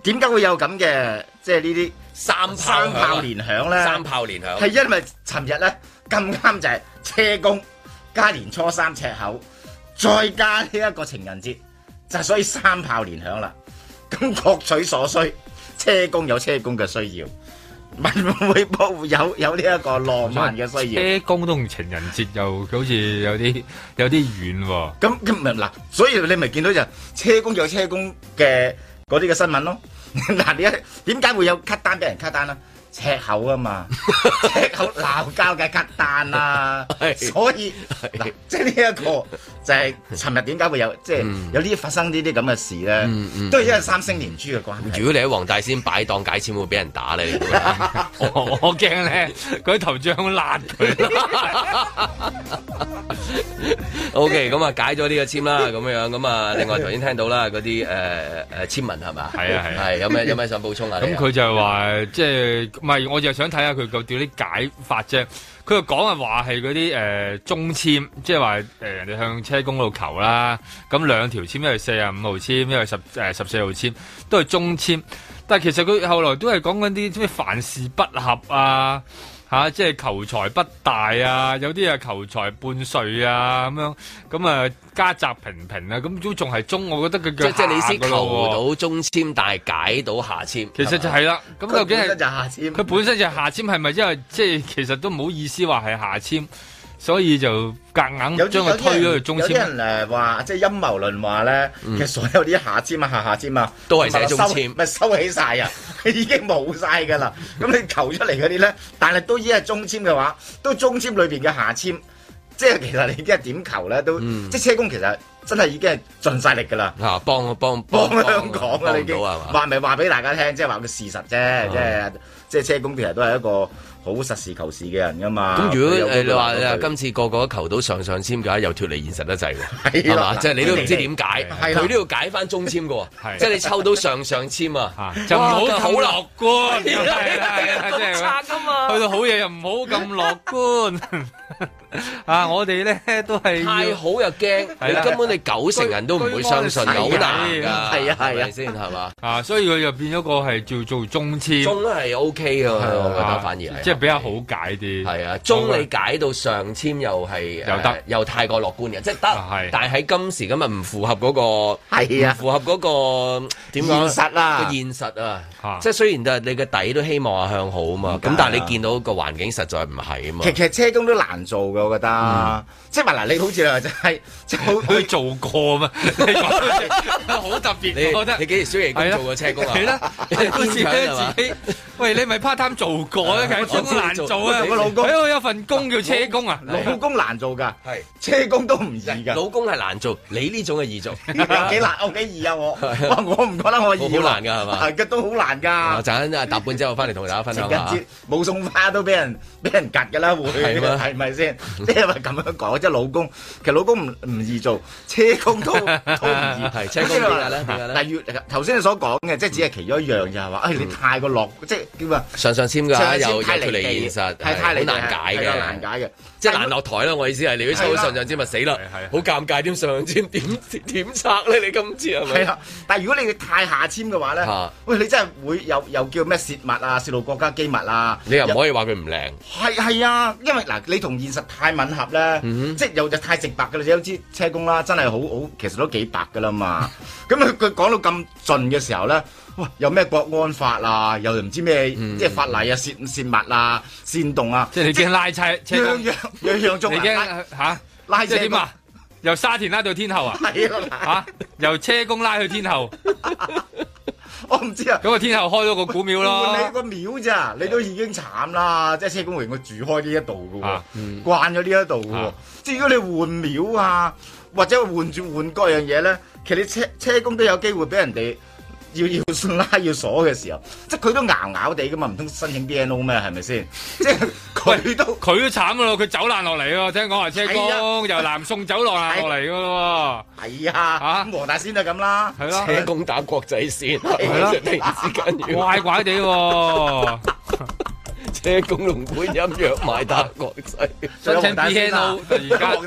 S4: 點解會有咁嘅，即係呢啲
S1: 三炮
S4: 三炮連響咧？
S1: 三炮連響
S4: 係因為尋日咧咁啱就係車公加年初三赤口，再加呢一個情人節，就所以三炮連響啦。咁各取所需，車公有車公嘅需要，文匯報有有呢一個浪漫嘅需要。
S3: 車公都同情人節又好似有啲有啲遠
S4: *laughs*
S3: 喎。
S4: 咁咁咪嗱，所以你咪見到就車工有車工嘅嗰啲嘅新聞咯。 *laughs* 嗱，你一點解會有 cut 單俾人 cut 單啦？赤口
S3: *laughs*
S4: 啊嘛，赤口鬧交嘅 cut 單啦，所以嗱，即係呢一個就係尋日點解會有即係
S3: 嗯
S4: 有呢啲發生呢啲咁嘅事咧，都係因為三星連珠嘅關係。
S1: 如果你喺黃大仙擺檔解簽，會俾人打你。
S3: *laughs* 我我驚咧，佢頭像爛
S1: 佢。O K，咁啊解咗呢個簽啦，咁樣咁啊，另外頭先聽到啦嗰啲誒誒簽文係嘛？
S3: 係啊係啊
S1: 係有咩有咩想補充啊？你
S3: 咁
S1: 啊
S3: 佢就話即係唔係？我就想睇下佢究竟啲解法啫。佢就講啊話係嗰啲誒中籤，即係話誒人哋向車公嗰度求啦。咁兩條籤，一係四十五號籤，一係十誒十四號籤，都係中籤。但係其實佢後來都係講緊啲咩凡事不合啊。嚇、即係求財不大啊，有啲啊求財半歲啊，咁樣咁啊家宅平平啊，咁都仲係中，我覺得佢
S1: 即
S3: 叫
S1: 即係你先
S3: 下㗎咯
S1: 求
S3: 喎
S1: 到中籤，但係解到下籤。其
S3: 其實就係啦，咁究竟係
S4: 簽
S3: 佢本身就係下簽，係咪因為即係其實都唔好意思話係下簽，所以就夾
S1: 嗯
S3: 硬
S4: 有啲
S3: 將佢推咗去中
S1: 啊
S4: 有啲
S3: 簽。
S4: 人誒話，即係陰謀論話咧，其實所有啲下籤啊、下下籤啊，
S1: 嗯都係寫中籤
S4: 咪收咪收起晒啊， *laughs* 已經冇晒㗎啦。咁你求出嚟嗰啲咧，但係都已經係中籤嘅話，都中籤裏邊嘅下籤，即係其實你已經係點求咧，都、
S1: 嗯
S4: 即係車公其實真係已經係盡晒力㗎啦。
S1: 啊，幫幫
S4: 幫香港啊！你已經
S1: 幫到係嘛嗯
S4: 話咪話俾大家聽，即係話個事實啫，即係即係車公其實都係一個好實事求是嘅人㗎嘛。
S1: 咁如果呃誒
S4: 佢有
S1: 你
S3: 啊
S1: 話
S4: 佢有
S1: 今次個個都求到上上籤嘅話，又脱離現實得滯喎，
S4: 係
S1: 係
S4: 啦
S1: 嘛？即係你都唔知點解，
S4: 係啦
S1: 佢都要解翻中籤嘅喎，
S3: 係
S1: 即係你抽到上上籤啊，
S3: 就唔好
S1: 哇
S3: 咁樂觀，
S1: 係啦
S3: *laughs* 係啦係 *laughs* 啦，即係去到好嘢又唔好咁樂觀。 *laughs* 啊，我哋咧都係要
S1: 太好又驚，
S3: 係啦
S1: 你根本你九成人都唔會相信，
S3: 居安思
S1: 好
S3: 危
S1: 難㗎，
S3: 係啊係啊
S1: 係咪先係嘛？
S3: 啊，所以佢就變咗個係叫做中籤。啊
S1: 中係 OK 嘅，我覺得反而係
S3: 即即係比較好解啲。
S1: 係啊，中你解到上籤又係
S3: 又得啊
S1: 呃又太過樂觀嘅，即係得，但係喺今時今日唔符合嗰個
S4: 係啊
S1: 唔符合嗰個嗯點講
S4: 現實啊
S1: 個現實啊，即係雖然就係你嘅底都希望係向好啊嘛，咁但係你見到個環境實在唔係啊嘛
S4: 其。其實車工都難做嘅，我覺得。即係話嗱，你好似啦，就係就佢
S1: *laughs*
S3: 做過嘛，好特別，我覺得
S1: 你幾時小
S3: 係
S1: 爺公
S3: 啦
S1: 做過車工啊？*laughs*
S3: 係啦，好似咧自己，喂，你咪 part time 做過咧，其實好難做啊！
S4: 我老公
S3: 哎我有份工叫車工啊，
S4: 老公難做㗎，
S1: 係
S4: 車工都唔易㗎。
S1: 老公係難做，你呢種係易
S4: *laughs*
S1: 做，
S4: 有幾難？我幾易啊！我哇我唔覺得我易喎。
S1: 好難㗎係嘛
S4: 係嘅都好難
S1: 啊
S4: 㗎。
S1: 陣間啊搭半之後翻嚟同大家分
S4: 情
S1: 享
S4: 人
S1: 下
S4: 節。冇送花都俾人 *laughs* 俾人夾㗎啦，會
S1: 係咩
S4: 係咪先？即係話咁樣講，即係老公其實老公唔唔易做，車
S1: *laughs*
S4: 工都都唔易。
S1: 係車工點解咧點解咧
S4: 嗱，越頭先你所講嘅，即係只係其中一樣就係話，誒你太過樂，即係點啊？
S1: 上上籤㗎，
S4: 上上籤
S1: 又又
S4: 太
S1: 脱
S4: 離地
S1: 離現實，
S4: 係
S1: 係好
S4: 太離地
S1: 難解
S4: 係
S1: 嘅，
S4: 有難解嘅，
S1: 即係難落台啦。我意思係，你如果抽到
S4: 係啦
S1: 上上籤咪死啦，好尷尬，點上上籤點點拆咧？你今次係咪？
S4: 係啦，但係如果你太下籤嘅話咧
S1: 嚇，
S4: 喂，你真係會又又叫咩泄密啊、泄露國家機密啊，
S1: 你又唔可以話佢唔靚，
S4: 係係啊，因為嗱，你同現實太吻合咧，
S1: 嗯
S4: 即係又就太直白噶啦，你都知車工啦，真係好好，其實都幾白噶
S1: *laughs*
S4: 啦嘛。咁佢佢講到咁盡嘅時候咧，哇，有咩國安法啊，又唔知咩
S1: 嗯
S4: 即係法例啊、泄泄密啊、煽動啊，
S3: 即係你驚拉車車工
S4: 樣樣樣樣中
S3: 你
S4: 啊
S3: 驚嚇？
S4: 拉
S3: 即係
S4: 車
S3: 點啊？由沙田拉到天后啊？
S4: 係啊
S3: 嚇！由車工拉去天后，
S4: 我唔知啊。
S3: 咁啊，天后開咗個股票咯。
S4: 換你個廟咋，你都已經慘啦！即係車公榮，我住開呢一度嘅喎
S3: 啊，
S4: 慣咗呢一度嘅喎
S3: 啊。
S4: 即係如果你換廟啊，或者換住換各樣嘢咧，其實你車車公都有機會俾人哋要要拉要鎖嘅時候，即係佢都咬咬地嘅嘛，唔通申請 BNO 咩？係
S3: *laughs*
S4: 咪先？即係佢都
S3: 佢都慘噶咯，佢走爛落嚟喎，聽講話車工由南宋走落爛落嚟噶咯
S4: 係啊，咁黃大仙就咁啦，
S3: 係咯
S1: 車工打國際線，
S4: 係
S3: 咯
S1: *laughs* 突然之間
S3: 喎，
S1: 要
S3: 怪怪
S4: *laughs*
S3: 地喎，
S1: 車工龍管音樂埋打國際，
S3: 申請
S4: 啊
S3: BNO 突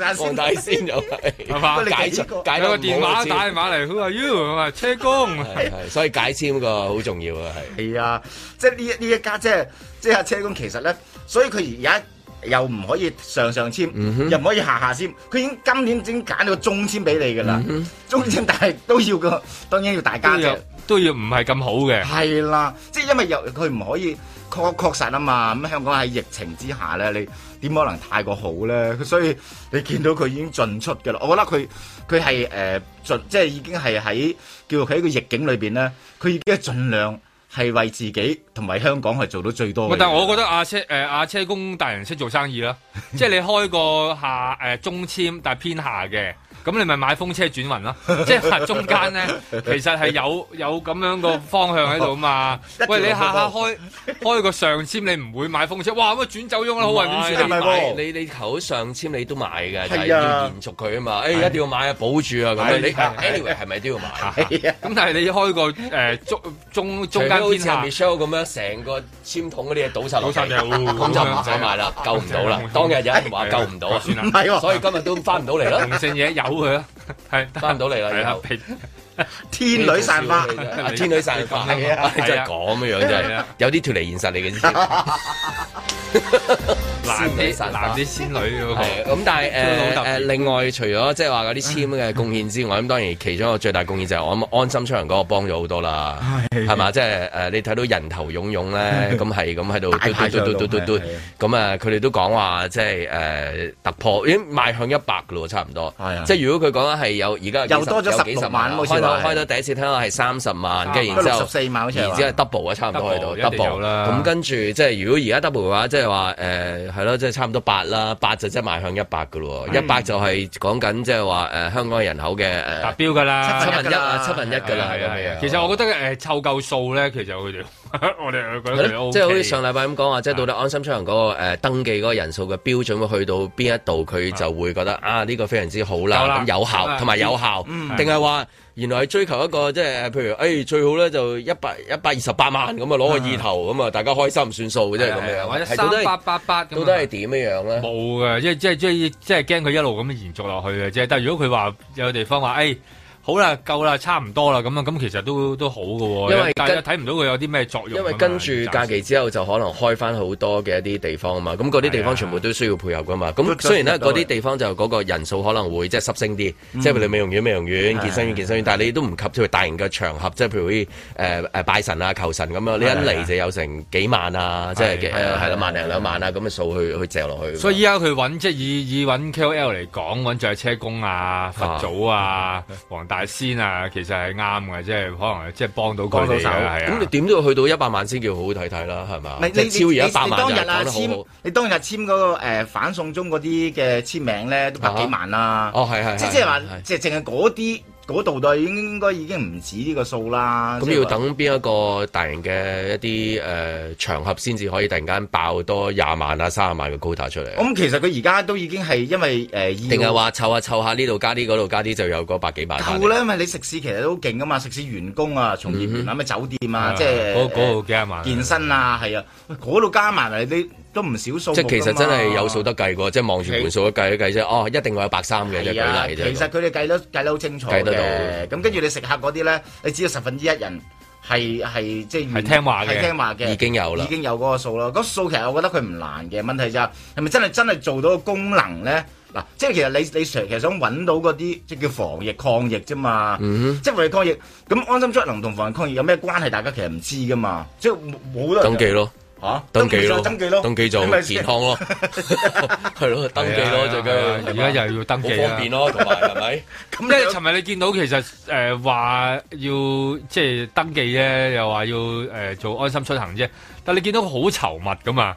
S1: 黃大
S3: 然
S1: 仙
S3: 間
S1: 黃大仙又係
S3: 係嘛？
S1: 解解解得唔
S3: 有個
S1: 好
S3: 電話
S1: 先
S3: 打電話嚟，Who are you？咁啊，車工
S1: 係係所以解籤個好重要啊，係。
S4: 係啊，即係呢一呢一家即係即係阿車公其實咧，所以佢而家又唔可以上上籤，
S3: 嗯
S4: 又唔可以下下籤，佢已經今年已經揀咗個中籤俾你㗎啦。中籤但係都要個，當然要大家
S3: 嗯都
S4: 啫
S3: 要。都要唔係咁好嘅，
S4: 係啦，即係因為又佢唔可以確確實啊嘛，咁香港喺疫情之下咧，你點可能太過好咧？所以你見到佢已經進出嘅啦，我覺得佢佢係誒盡，即係已經係喺叫做佢喺個逆境裏邊咧，佢已經係盡量係為自己同埋香港係做到最多嘅嘢。
S3: 但我覺得阿車誒阿車工大人識做生
S1: *laughs*
S3: 意啦，即係你開個下誒中籤，但係偏下嘅，咁你咪買風車轉
S1: *laughs*
S3: 運啦。即係話中間咧，其實係有有咁樣個方向喺度
S1: *laughs*
S3: 嘛
S4: 一。條
S3: 喂，
S4: 路
S3: 你下下開開個上籤，你唔會買風車，哇咁啊轉走咗啦，好運點算啊？
S1: 唔係你你求上籤你都買嘅，但係
S3: 係啊
S1: 要延續佢啊嘛，誒一定要買啊，保住啊咁樣。你
S3: 係啊
S1: anyway 係咪都要買？
S4: *laughs* 啊
S3: 咁但係你開個誒中中中間
S1: 除非好
S3: 偏下
S1: 似阿。Michelle 咁樣，成個籤筒嗰啲嘢倒晒落地，
S3: 倒晒就
S1: 咁就唔使買啦，救唔到
S3: *laughs*
S1: 啦。當日有人話救唔到啊，
S3: 算啦
S1: 所以今日都翻唔到嚟
S3: *laughs*
S1: 啦，
S3: 同性嘢有
S1: *laughs*
S3: 佢啦，係
S1: 翻唔到嚟啦，
S3: 係啊啦
S1: 以後
S3: 被
S4: 天女散花
S1: 啊天女散
S3: *laughs*
S1: 花，
S4: 係啊
S1: 你真係咁樣真
S3: 係
S1: 係
S3: 啊，
S1: 有啲脱離現實嚟嘅先。
S3: *laughs* 難
S1: 仙女
S3: 啲
S1: 散花
S3: 難啲仙女嗰個
S1: 啊係啊咁，
S4: *laughs*
S1: 但係
S3: 都
S1: 誒
S3: 好特別
S1: 誒，另外除咗即係話嗰啲
S4: 嗯
S1: 簽嘅貢獻之外，咁當然其中一個最大貢獻就係我諗安心出行嗰個幫咗好多啦，係嘛？即係誒，你睇到人頭湧湧
S4: *laughs*
S1: 咧，咁係咁喺度嘟嘟嘟嘟嘟嘟嘟
S4: 係啊
S1: 咁啊，佢哋都講話即係誒突破，已經邁向一百噶咯，差唔多
S4: 係啊。
S1: 即係如果佢講緊係有而家有
S4: 又
S1: 幾
S4: 多咗
S1: 有幾
S4: 16萬
S1: 啦
S4: 好似
S1: 開頭
S4: 話係
S1: 開頭第一次聽到係三十萬，跟住然之後
S4: 64萬好似係
S1: 然
S4: 話
S1: 之後 double 啊，差唔多去到
S3: double，一定有
S1: double
S3: 啦
S1: 咁跟住即係如果而家 double 嘅話，即係話誒係咯，即係差唔多八啦，八就即係邁向一百嘅咯
S3: 嗯
S1: 喎，一百就係講緊即係話誒香港人口嘅誒
S3: 達標㗎啦
S1: 七分一啊，七哦分一㗎啦咁
S3: 係啊係啊
S1: 樣。
S3: 其實我覺得誒湊夠數咧，其實佢哋 *laughs* 我哋覺得佢哋 O
S1: 即
S3: K
S1: 係好似上禮拜咁講話，
S3: 啊
S1: 即係到底安心出行嗰個誒登記嗰個人數嘅標準會去到邊一度，佢就會覺得啊呢個非常之好
S3: 夠啊啦
S1: 啦，咁有
S3: 啊
S1: 效同埋有效
S3: 嗯，
S1: 定係話原來追求一個即係譬如誒最好咧就一百一百二十八萬咁啊攞個意頭咁啊大家開心算數嘅啫咁樣，
S3: 啊或者
S1: 係到底係
S3: 三八八八咁啊
S1: 到底係點樣樣咧？
S3: 冇嘅，即係即係即係即係驚佢一路咁延續落去嘅啫。但係如果佢話有地方話，誒、哎好啦，夠啦，差唔多啦，咁啊，咁其實都都好嘅喎，
S1: 因為
S3: 大家
S1: 跟
S3: 睇唔到佢有啲咩作用㗎嘛。
S1: 因為跟住假期之後就可能開翻好多嘅一啲地方啊嘛，咁嗰啲地方全部都需要配合噶嘛。咁雖然咧嗰啲地方就嗰個人數可能會即係濕升啲，
S10: 嗯
S1: 即係譬如美容院、美容院、
S10: 係
S1: 健身院、健身院，但係你都唔及譬如大型嘅場合，即係譬如啲誒誒拜神啊、求神咁樣，你一嚟就有成幾萬啊，即係嘅
S3: 係係
S1: 係啦，萬零兩萬啊咁嘅數去去掟落去。
S3: 所以依家佢揾即係以以揾 KOL 嚟講，揾就係車公啊、佛祖啊、黃大仙啊，其實係啱嘅，即係可能即係幫到佢哋嘅，係
S1: 咁
S3: 啊
S1: 你。點都要去到一百萬先叫好好睇睇啦，係嘛
S4: 你？
S1: 即
S4: 你
S1: 係超越一百萬
S4: 你
S1: 就
S4: 你
S1: 係
S4: 當日啊
S1: 講得好好
S4: 簽。，你當日簽嗰個誒反送中嗰啲嘅簽名咧，都百幾萬啦。
S1: 哦係係
S4: 即
S1: 係
S4: 即係話
S1: 係，
S4: 即係淨係嗰啲嗰度就已經應該已經唔止呢個數啦。即
S1: 咁
S4: 係
S1: 要
S4: 話
S1: 等邊一個大型嘅一啲誒、呃、場合先至可以突然間爆多廿萬啊、三十萬嘅 quota 出嚟？啊
S4: 咁其實佢而家都已經係因為誒，
S1: 定係話湊下湊下呢度加啲嗰度加啲就有嗰百幾萬翻
S4: 夠
S1: 嚟？
S4: 啦，因為你食肆其實都好勁噶嘛，食肆員工啊、從業員啊、咩酒店啊，
S1: 嗯
S4: 即係
S1: 嗰嗰度
S3: 幾廿萬
S4: 健身啊，係啊，喂嗰度加埋嚟你都唔少數目
S1: 即
S4: 㗎嘛。
S1: 係其實真係有數得計喎，即係望住盤數一計一計啫。哦，一定會有白衫嘅，即係
S4: 係啊，
S1: 舉例
S4: 其
S1: 啫。
S4: 實佢哋計得計得好清楚
S1: 計得到
S4: 嘅。咁跟住你食客嗰啲咧，你只要十分之一人係係即係願
S1: 係聽話嘅
S4: 係聽話嘅，
S1: 已經有啦
S4: 已經有嗰個數啦。嗰個數其實我覺得佢唔難嘅，問題就係係咪真係真係做到個功能咧？嗱，即係其實你你想其實想揾到嗰啲即係叫防疫抗疫啫嘛，
S1: 嗯哼
S4: 即係防疫抗疫。咁安心出行同防疫抗疫有咩關係？大家其實唔知噶嘛，即係冇冇好多人
S1: 登記咯。
S4: 嚇，
S1: 登記咯，
S4: 登記咯，
S1: 登記
S4: 你
S1: 就
S4: 咪
S1: 健康
S4: *laughs*
S1: 咯，係咯，登記
S3: 係
S1: 咯，
S3: 啊
S1: 最緊
S3: 係啊
S1: 要。
S3: 而家又要登記
S1: 好
S3: 啦
S1: 方便咯，同埋係咪？
S3: 咁咧，尋日你見到其實誒話、要即係登記啫，又話要誒、做安心出行啫，但你見到好稠密噶嘛，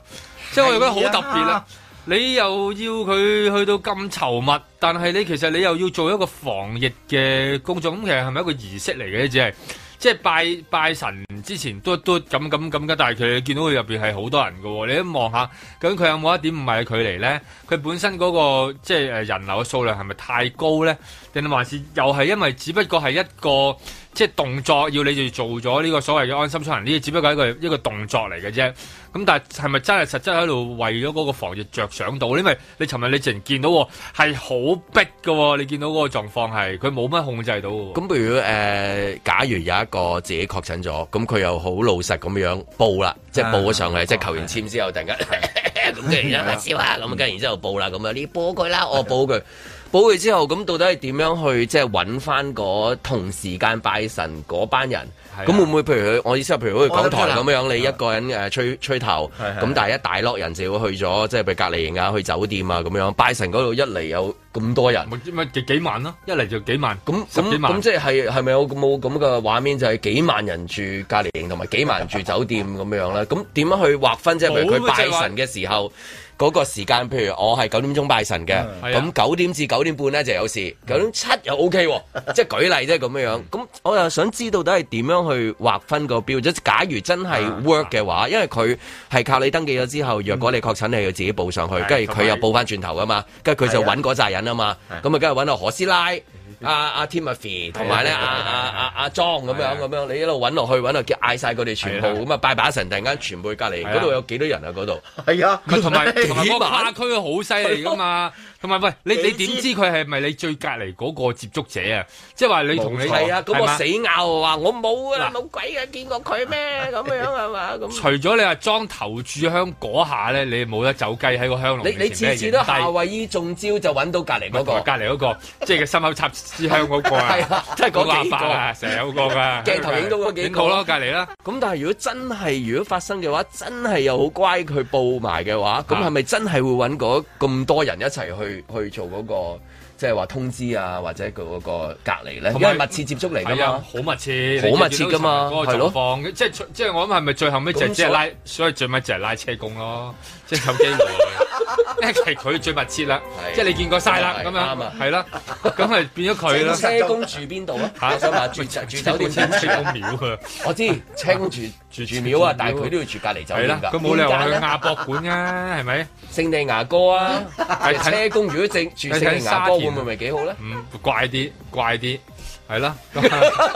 S3: 即係我覺得好特別
S4: 係
S3: 啦
S4: 啊。
S3: 你又要佢去到咁稠密，但係你其實你又要做一個防疫嘅工作，咁其實係咪一個儀式嚟嘅咧？只係即係拜拜神之前嘟一嘟咁咁咁嘅，但係其實你見到佢入邊係好多人嘅喎，你一望下，究竟佢有冇一點五米嘅距離咧？佢本身嗰、個即係誒人流嘅數量係咪太高咧？定還是又係因為只不過係一個即係動作要你哋做咗呢個所謂嘅安心出行呢？只不過係一個一個動作嚟嘅啫。咁但係係咪真係實質喺度為咗嗰個防疫着想到呢？因為你尋日你自然見到喎係好逼嘅喎，你見到嗰個狀況係佢冇乜控制到嘅喎。
S1: 咁譬如誒、呃假如有一個自己確診咗，咁佢又好老實咁樣報
S10: 啊
S1: 啦，即係報咗上嚟，即係求完簽之後，突然間 *laughs* 咁跟住然之後笑啊，咁跟住然之後報啦，咁啊你報佢啦，我報
S10: 嗯
S1: 佢。報佢之後，咁到底係點樣去即係揾翻嗰同時間拜神嗰班人？
S10: 啊
S1: 咁會唔會譬如佢我意思係譬如好似港台咁樣，你一個人誒吹吹頭，
S10: 係
S1: 咁但係一大落人就要去咗即係譬如隔離營啊、去酒店啊咁樣，拜神嗰度一嚟有咁多人。
S3: 咪咪幾幾萬咯，一嚟就幾萬，
S1: 咁
S3: 十幾
S1: 咁
S3: 萬
S1: 咁即係係咪有冇咁嘅畫面就係幾萬人住隔離營同埋幾萬人住酒店咁樣咧？咁點樣去劃分即係譬如佢
S10: 冇
S1: 拜
S10: 咪就係話
S1: 神嘅時候嗰個時間，譬如我係九點鐘拜神嘅，
S10: 係啊
S1: 咁九點至九點半咧就有事，九點七又
S10: *laughs*
S1: OK 喎，即係舉例啫咁樣樣。咁我又想知道都係點樣去劃分個標準？假如真
S10: 啊
S1: 係 work 嘅話，因為佢係靠你登記咗之後，若果你確診，你要自己報上去，
S10: 係
S1: 跟住
S10: 同
S1: 佢
S10: 埋
S1: 又報翻轉頭噶嘛，跟住佢就
S10: 係啊
S1: 揾嗰扎人啊嘛，
S10: 係
S1: 咁啊梗係揾阿何師奶。阿阿 Timothy 同埋咧啊阿阿阿阿莊咁樣咁樣，你一路揾落去揾落，叫嗌晒佢哋全部咁啊拜把神，突然間全部去隔離
S3: 係啊
S1: 嗰度有幾多人啊？嗰度
S4: 係啊，
S3: 同
S4: *laughs*
S3: 埋同埋
S1: 幾
S3: 嗰個
S1: 萬
S3: 跨區好犀利噶嘛，同埋喂你你點知佢係咪你最隔離嗰個接觸者啊？即係話你同你
S1: 係啊，咁我
S3: 係嘛
S1: 死拗話我冇啊，冇鬼啊，見過佢咩咁樣係嘛
S3: *laughs*
S1: 咁。
S3: 除咗你話裝頭柱香嗰下咧，你冇得走雞喺個香
S1: 你
S3: 爐
S1: 你次次都夏威夷中招就揾到隔離嗰個，
S3: 隔離嗰個，即係個心口插支香嗰個
S1: *laughs* 係
S3: 啊
S1: 啊，即係嗰幾個
S3: 阿伯啊，成日有個噶，
S1: 鏡頭影到嗰幾
S3: 影
S1: 個
S3: 到咯，隔離啦。
S1: 咁但係如果真係如果發生嘅話，真係又好乖佢報埋嘅話，咁係咪真係會揾嗰咁多人一齊去去做嗰、個即係話通知啊，或者佢嗰個隔離咧？因
S3: 同埋
S1: 為密切接觸嚟㗎
S3: 係啊
S1: 嘛，
S3: 好密切，
S1: 好密切㗎嘛
S3: 你見到
S1: 係咯
S3: 嗰個狀況，即係即係我諗係咪最後尾就係
S1: 咁
S3: 即係
S1: 所
S3: 拉，所以最尾就係拉車工咯， *laughs* 即係有
S1: *laughs*
S3: 機會，因為係佢最密切啦，即係你見過晒啦
S1: 係
S3: 咁
S1: 啱
S3: 樣
S1: 啊，
S3: 係啦，咁咪變
S1: *laughs*
S3: 咗佢啦。
S1: 車公住邊度啊？
S3: 嚇
S1: 我想話 *laughs* 住住酒店
S3: 車公廟啊！
S1: 我知車公住 *laughs* 住住廟啊，但係佢都要住隔離酒
S3: 係
S1: 店
S3: 啦，
S1: 㗎。
S3: 佢冇理由
S1: 點解
S3: 去
S1: 咧
S3: 亞博館啊，係咪？
S1: 聖地牙哥 *laughs* 啊，
S3: 係
S1: 車公如果正住聖地牙哥，會唔會咪幾好咧？
S3: 嗯，怪啲，怪啲，係啦，
S1: *laughs*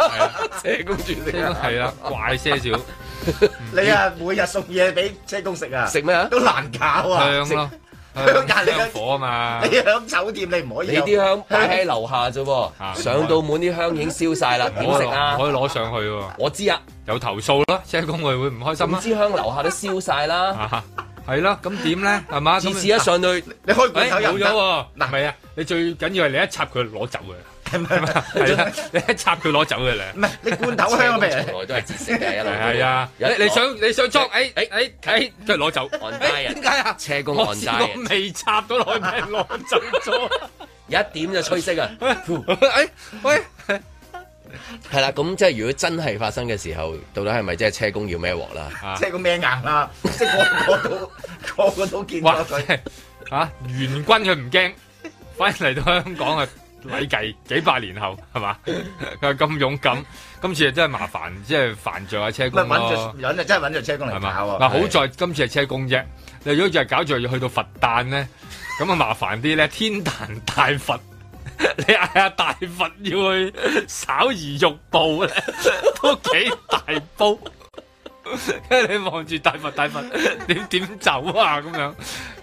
S1: 車公住聖地牙哥
S3: 係啦，怪
S1: *laughs*
S3: 些少。
S4: 你啊，每日送嘢俾車公食啊，
S1: 食咩啊？
S4: 都難搞啊！
S3: 香咯
S4: 食
S1: *laughs*
S4: 但係你
S3: 香火啊嘛，
S4: 你響酒店你唔可以
S1: 你
S4: 有。
S1: 啲香擺喺樓下啫喎，上到滿啲香已經燒晒啦，點食啊？
S3: 可以攞上去喎。
S1: 我知啊，
S3: 有投訴啦，社工會會唔開心
S1: 咁
S3: 啦。
S1: 支香樓下都燒晒啦，
S3: 啊，係啦，咁點咧？係嘛？
S1: 次次一上去，
S4: 你開罐
S3: 哎
S4: 頭又
S3: 冇咗
S4: 唔得
S3: 喎。嗱，係啊，你最緊要係你一插佢攞走嘅，係啦， *laughs* 你一插佢攞走嘅咧。
S4: *laughs* 唔係你罐 *laughs* 頭香咩？
S1: 從來都係自食嘅一路。
S3: 係啊，你
S1: *laughs*
S3: 你想你想裝？誒誒誒誒，跟住攞走。按
S1: 低啊
S3: 點解啊？
S1: 車公
S3: 我
S1: 按
S3: 試
S1: 低
S3: 過
S1: 啊，
S3: 未插到落去，俾人攞走咗。
S1: 一點就吹 *laughs* 熄啊！
S3: 誒喂，
S1: 係啦，咁即係如果真係發生嘅時候，到底係咪即係車公要孭鑊
S3: 啊
S1: 啦？
S4: 即係個咩硬啦， *laughs* 即係個個都個個都見過
S3: *laughs*
S4: 佢。
S3: 嚇啊元軍佢唔驚，反而嚟到香港啊禮計幾百年後係嘛？佢咁勇敢，今次真係麻煩，即係煩著阿車
S4: 唔係
S3: 公
S4: 揾
S3: 咯
S4: 着。揾着真係揾着車公嚟
S3: 啊係
S4: 搞
S3: 嘛？
S4: 啊喎。
S3: 嗱，好在今次係車公啫。你如果就係搞住要去到佛誕咧， *laughs* 咁啊麻煩啲咧。天壇大佛， *laughs* 你嗌下大佛要去稍而欲步咧， *laughs* 都幾大煲。 *laughs* 跟住你望住大佛大佛， *laughs* 點點走啊咁樣？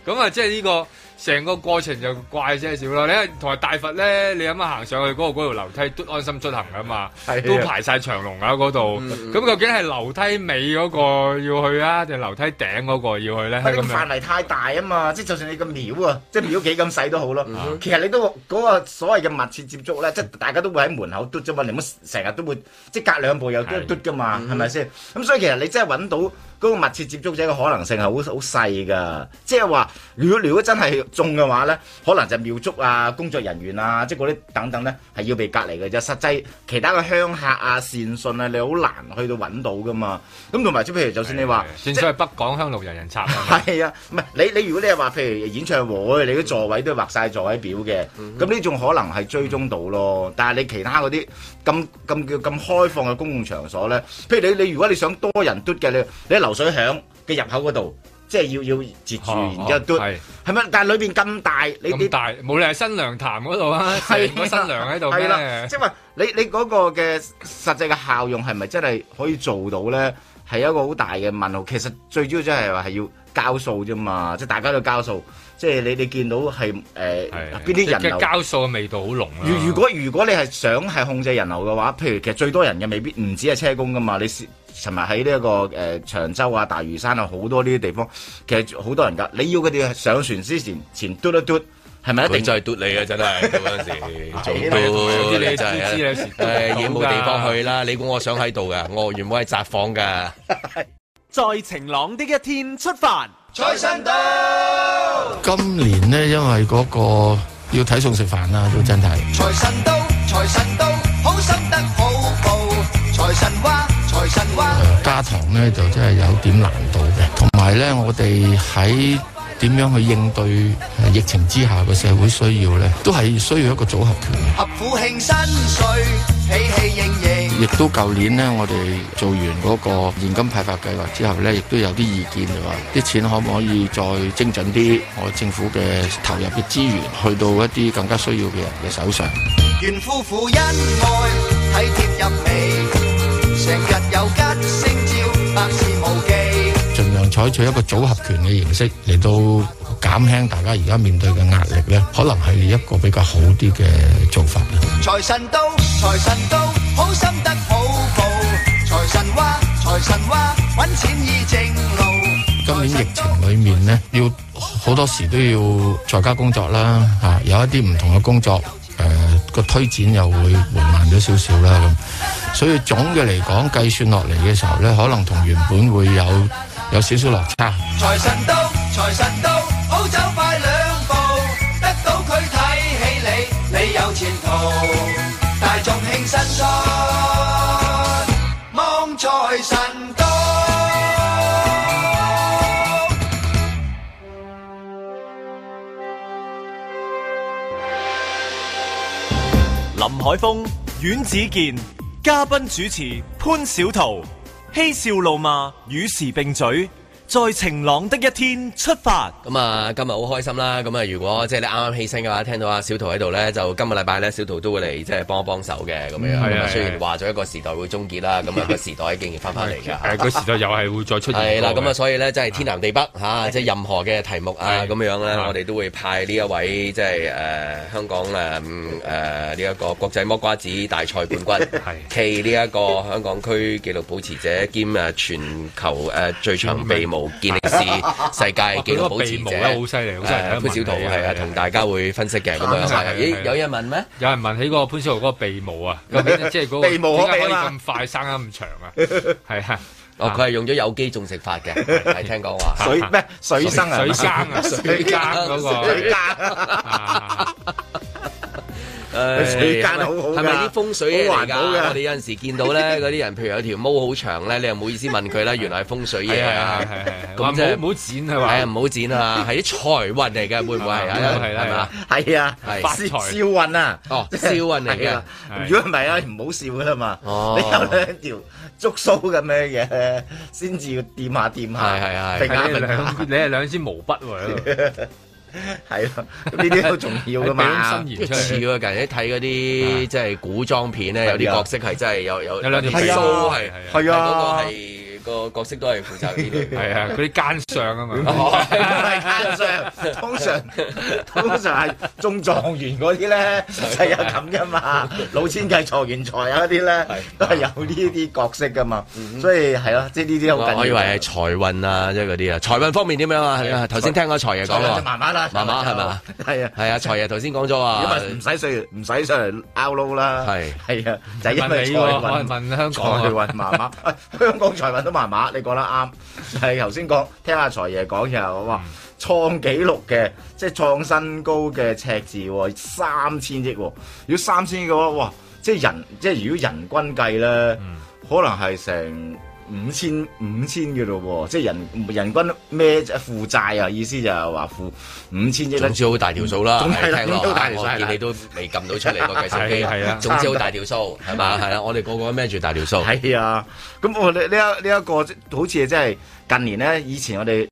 S3: 咁啊，即係呢個成個過程就怪些少啦。你因為同埋大佛咧，你諗下行上去嗰度嗰條樓梯都安心出行啊嘛，
S4: 係啊
S3: 都排晒長龍啊嗰度。
S4: 嗯
S3: 咁究竟係樓梯尾嗰個要去啊，定係樓梯頂嗰個要去咧？
S4: 唔係你個
S3: 咁
S4: 範
S3: 樣
S4: 圍太大啊嘛，即係就算你個廟啊，即係廟幾咁細都好咯。
S1: 嗯啊
S4: 其實你都嗰個所謂嘅密切接觸咧，即係大家都會喺門口嘟啫嘛，你唔好成日都會即係隔兩步又嘟嘟噶嘛，係咪先？咁所以其實你真係揾到嗰個密切接觸者嘅可能性係好好細噶，即係話如果如果真係中嘅話咧，可能就廟祝啊、工作人員啊，即係嗰啲等等咧係要被隔離嘅啫。實際其他嘅鄉客啊、善信啊，你好難去到揾到噶嘛。咁同埋即係譬如就算你話，
S3: 正所謂北港香爐人人插啊！
S4: 係啊，唔係你你如果你係話譬如演唱會，你啲座位都畫晒座位表嘅，
S3: 嗯
S4: 咁呢種可能係追蹤到咯。但係你其他嗰啲咁咁叫咁開放嘅公共場所咧，譬如你你如果你想多人嘟嘅，你你喺流水響嘅入口嗰度，即係要要截住，
S3: 哦
S4: 然之後嘟，
S3: 係
S4: 係咪？但係裏邊咁大，你
S3: 咁
S4: 你。
S3: 大，無論係新娘潭嗰
S4: *laughs*
S3: 度啊，成個新娘喺度
S4: 係啦，
S3: 咧
S4: 即。係話你你嗰個嘅實際嘅效用係咪真係可以做到咧？係一個好大嘅問號。其實最主要真係話係要交數啫嘛，即係大家都交數。即係你你見到係誒邊啲人
S3: 即
S4: 流
S3: 係。交數嘅味道好濃啦。
S4: 如如果如果你係想係控制人流嘅話，譬如其實最多人嘅未必唔止係車公噶嘛，你試尋日喺呢一個誒、呃、長洲啊、大嶼山啊好多呢啲地方，其實好多人㗎。你要佢哋上船之前前嘟一嘟，係咪一定
S1: 佢真係嘟你啊！真係嗰陣 *laughs* 時做
S4: 係啦
S1: 到
S4: 有啲
S1: 你
S4: 你
S1: 真
S4: 知知有時
S1: 係
S4: 都
S1: 誒
S4: 講
S1: 已經冇
S4: 㗎
S1: 地方去啦！你估我想喺度㗎？我原本喺窄房㗎。
S2: 在晴朗的一天出發。財神到，
S10: 今年呢，因為嗰個哦要睇餸食飯啦，都真係。
S8: 財神到，財神到，好心得好報。財神話，財神話，
S10: 加堂啊呢，就真係有點難度嘅，同埋呢，我哋喺點樣去應對呃疫情之下嘅社會需要呢，都係需要一個組合拳。
S8: 合府慶新歲，喜氣盈盈。
S10: 亦都舊年啊呢，我哋做完嗰個現金派發計劃之後呢，亦都有啲意見就話啲錢可唔可以再精準啲，我政府嘅投入嘅資源去到一啲更加需要嘅人嘅手上。
S8: 願夫婦恩愛，體貼入微，成日有吉星照，百事無忌。
S10: 盡量採取一個組合拳嘅形式嚟到減輕大家而家面對嘅壓力呢，可能係一個比較好啲嘅做法。
S8: 財神到，財神到，好心得好報。財神話，財神話，揾錢易正路。
S10: 今年疫情裏面呢，要好多時都要在家工作啦，嚇、有一啲唔同嘅工作，誒、個推展又會緩慢咗少少啦咁，所以總嘅嚟講計算落嚟嘅時候呢，可能同原本會有有少少落差。
S8: 財神到，財神到，好走快兩步，得到佢睇起你，你有前途。大眾慶新歲，望財神到。
S2: 林海峰、阮子健，嘉賓主持潘小桃，嬉笑怒罵，與時並舉，在晴朗的一天出發。
S1: 咁啊，今日好開心啦！咁啊，如果即係你啱啱起身嘅話，聽到阿小桃喺度咧，就今個禮拜咧，小桃都會嚟即係幫一幫手嘅咁樣。
S3: 嗯係
S1: 咁
S3: 啊
S1: 啊，雖
S3: 係
S1: 然
S3: 啊
S1: 話咗一個時代會終結啦，咁啊個時代竟然翻返嚟㗎。
S3: 誒個時代又係會再出現過嘅。啊
S1: 係啦，咁啊，所以咧，真係天南地北
S3: *laughs*
S1: 嚇，即係任何嘅題目啊，咁樣咧，我哋都會派呢一位即係誒香港誒嗯誒呢一個國際剝瓜子大賽
S3: *laughs*
S1: 冠軍，暨呢一個香港區紀錄保持者兼誒全球誒最長鼻毛健
S3: *laughs*
S1: 力士世界紀錄保持
S3: 哇佢嗰個鼻毛
S1: 者，
S3: 咧好犀利好犀利
S1: 誒潘小桃係啊，同大家會分析嘅咁
S3: 啊
S1: 樣。咦，有人問咩？
S3: 有人問起個潘小豪嗰個鼻毛
S4: *laughs*
S3: 啊，咁即係嗰個
S1: 鼻毛可
S3: 點解可
S1: 避
S3: 以
S1: 啊
S3: 咁快生得咁長啊？係啊，
S1: 哦，佢係用咗有機種植
S3: *laughs*
S1: 法嘅，係聽講話
S3: 水咩
S4: 水生啊
S1: 水
S4: 係嘛
S1: 水
S4: *laughs* 水
S1: 耕
S4: 耕
S1: 嗰個
S4: 水耕
S1: 唉
S4: 水間好好㗎
S1: 係咪啲風水嘢
S4: 好
S1: 嚟
S4: 環保
S1: 㗎？
S4: 㗎
S1: 我哋有陣時見到
S4: *laughs*
S1: 咧，嗰啲人譬如有條毛好長咧，你又唔好意思問佢啦，原來係風水嘢啊
S3: 係係係係係！話
S1: 咁即係
S3: 唔好唔好剪
S1: 係嘛？係啊，唔好剪啊，係啲財運嚟嘅，會唔會係
S4: 係啊
S1: 啊？
S4: 係啦
S1: 係嘛？
S4: 係啊，
S1: 係
S4: 燒燒運啊，
S1: 哦燒運嚟嘅
S4: 係啊
S1: 係
S4: 如果唔係啊，唔好笑噶啦嘛。
S1: 哦
S4: 你有兩條竹鬚咁樣嘅，先至要掂下掂下，
S3: 係係係啊
S4: 揈下
S1: 啊
S3: 你係
S4: 揈下
S3: 兩， *laughs* 你係兩支毛筆
S1: *laughs*
S3: 喎。
S4: 係咯，呢啲都重要噶
S3: 啊
S4: 嘛。
S1: 即係似喎，近日睇嗰啲即係古裝片咧，有啲角色係真係有有
S3: 有兩條
S1: 鬚
S3: 鬚
S1: 係
S4: 係
S1: 係
S4: 啊
S1: 嗰個係個角色都係負責呢啲
S3: *laughs*
S4: *laughs*
S1: 哦
S3: 係啊，嗰啲奸相啊嘛。
S1: *laughs*
S4: 通常通常係中狀元嗰啲咧係有咁噶嘛，老千計狀元才啊嗰啲咧都係有呢啲角色噶嘛，所以係咯，即係呢啲好緊
S1: 我
S4: 要。
S1: 我以為係財運啊，即係嗰啲啊。財運方面點樣啊係啊？頭先聽過財爺講
S4: 財運
S1: 喎
S4: 就慢慢啦
S1: 慢慢
S4: 財運
S1: 係嘛？
S4: 係啊，
S1: 係啊，財爺頭先講咗啊，
S4: 因為唔使上唔使上嚟 out 撈啦，
S1: 係
S4: 係啊，就係因為財
S3: 問
S4: 運
S3: 你喎問香港啊
S4: 財運麻麻，哎香港財運都麻麻，你講得啱。係頭先講聽阿財爺講又話創紀錄嘅，即係創新高嘅赤字喎，三千億喎。如果三千億嘅話，哇！即係人即係如果人均計咧，可能係成。五千五千嘅咯喎，即係人人均咩負債啊？意思就係話負五千億咧，
S1: 總之好大條數啦，
S4: 總係啦，
S1: 聽落啊
S4: 總之好大條數
S1: 我
S4: 係啦
S1: 見你都未撳到出嚟個計數機，
S4: 係係啊
S1: 總之好大條數係嘛？係啦，我哋個個都孭住大條數，
S4: 係啊，咁我哋呢一呢一個即好似真係近年咧，以前我哋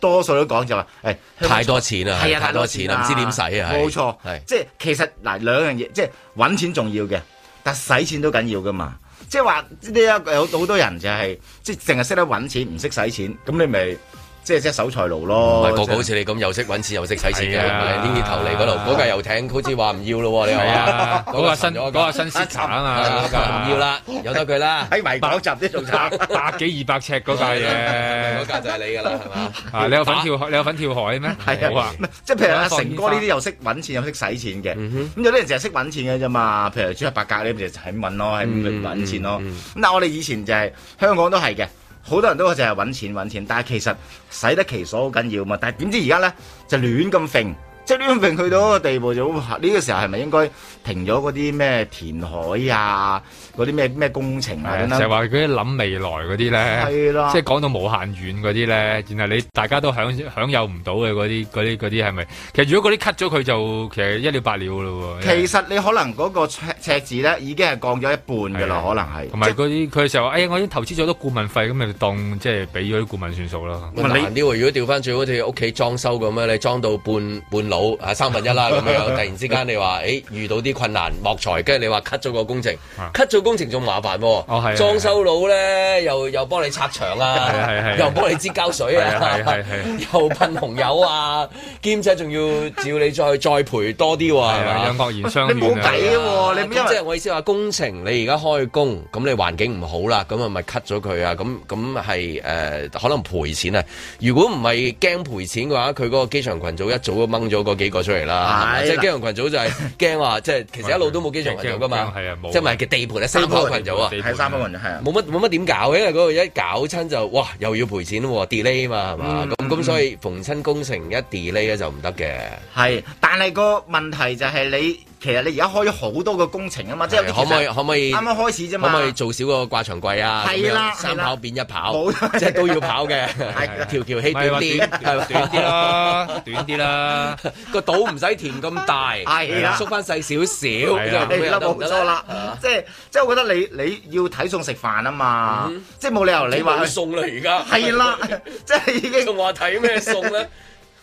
S4: 多數都講就話，誒、香港
S1: 太多錢啦
S4: 係啊，
S1: 太多錢啦唔知點使啊係
S4: 冇錯，
S1: 係
S4: 即係其實嗱兩樣嘢，即係揾錢重要嘅，但使錢都緊要噶嘛。即係話呢一個有好多人就係、即係淨係識得揾錢，唔識使錢，咁你咪即係即係守財奴
S1: 唔
S4: 咯。
S1: 係個
S4: 即係
S1: 個好似你咁又識揾錢又識使錢嘅，
S4: 係
S1: 唔
S4: 啊
S1: 係呢啲頭嚟嗰度嗰架遊艇好似話唔要咯喎，你話
S3: 係
S1: *laughs*
S3: 啊嗰個新
S1: 沉咗
S3: 嗰個新 Sita 啊
S1: *laughs*
S3: 嘛
S1: 係
S3: 嗰架
S1: 唔要啦，由得佢啦，
S4: 喺哎迷港集啲仲
S1: *laughs* 啊
S4: 慘，
S3: 百幾二百尺嗰架
S1: 嗰 *laughs*
S3: 嘢。
S1: 架就係你㗎啦，係嘛？
S3: 啊！你有份跳海你有份跳海咩？
S4: 係
S3: 冇
S4: 啊，唔係即係譬如阿成哥呢啲又識揾錢又識使錢嘅，
S1: 嗯
S4: 咁有啲人淨係識揾錢嘅啫嘛。譬如朱克伯格呢，咪就係咁揾
S3: 嗯
S4: 咯，係
S1: 嗯
S4: 咁揾錢咯。咁但係我哋以前就係香港都係嘅，好多人都淨係揾錢揾錢，但係其實使得其所好緊要嘛。但係點知而家咧就亂咁揈。即係亂咁揈去到嗰個地步就哇呢個時候係咪應該停咗嗰啲咩填海啊，嗰啲咩咩工程啊
S3: 係
S4: 等
S3: 就係
S4: 等？
S3: 話佢諗未來嗰啲咧，
S4: 係啦
S3: 即係講到無限遠嗰啲咧，然後你大家都享享有唔到嘅嗰啲嗰啲嗰啲係咪？其實如果嗰啲 cut 咗佢就其實一了百了咯喎。
S4: 其實你可能嗰個赤赤字咧已經係降咗一半㗎啦，可能係。
S3: 同埋嗰啲佢就話：哎呀，我已經投資咗好多顧問費，咁咪當即係俾咗啲顧問算數啦。
S1: 咁難啲喎！如果調翻轉好似屋企裝修咁啊樣，你裝到半半老啊三分一啦咁
S3: *laughs*
S1: 樣，突然之間你話誒遇到啲困難莫財，跟住你話 cut 咗個工程，cut 咗工程仲麻煩
S3: 啊係
S1: 喎。
S3: 啊
S1: 裝修佬咧又又幫你拆牆
S3: 係啊係啊係
S1: 啊
S3: 啊，
S1: 又幫你支膠水啊
S3: 係啊係啊係啊，
S1: *laughs* 又噴紅油啊，兼且仲要照你再再賠多啲喎，係嘛
S3: 啊有惡言相勸啊你冇計
S1: 喎，你即係我意思話工程，你而家開工，咁你環境唔好啦，咁啊咪 cut 咗佢啊，咁咁係誒呃可能賠錢啊。如果唔係驚賠錢嘅話，佢嗰個機場群組一早都掹咗嗰幾個出嚟啦，係嘛
S3: 係
S1: 即係
S3: 啦
S1: 機場群組就係 *laughs* 驚話，即係其實一路都冇機場群組噶嘛，
S3: 驚係啊冇
S1: 即係咪嘅地盤係三跑群組啊，
S4: 地盤係三跑群組係啊
S1: 冇乜冇乜點搞嘅，因為嗰度一搞親就哇又要賠錢喎，delay 嘛係嘛，咁咁所以逢親工程一 delay 咧就唔得嘅。
S4: 係，但係個問題就係你其實你而家開咗好多個工程啊嘛，即係
S1: 可唔可以可唔可以
S4: 啱啱開始啫
S1: 可
S4: 嘛，
S1: 唔可以做少個掛牆櫃啊？
S4: 係
S1: 咁
S4: 啦
S1: 樣三
S4: 係啦
S1: 跑變一跑
S4: 冇，
S1: *laughs* 即係都要跑嘅。 *laughs* 條橋起短啲，係咪
S3: 短啲啦，短啲啦。
S1: *laughs* 個島唔使填咁大，
S4: 係啦
S1: 縮翻細少少，
S4: 係啦
S1: 即係咁樣得唔
S4: 冇
S1: 得啊
S4: 錯
S1: 咧
S4: 啦，即係即係我覺得你你要睇餸食飯啊嘛
S1: 嗯，
S4: 即係冇理由你話
S1: 冇餸啦而家
S4: 係啦， *laughs* 即係已經
S1: 仲話睇咩餸咧？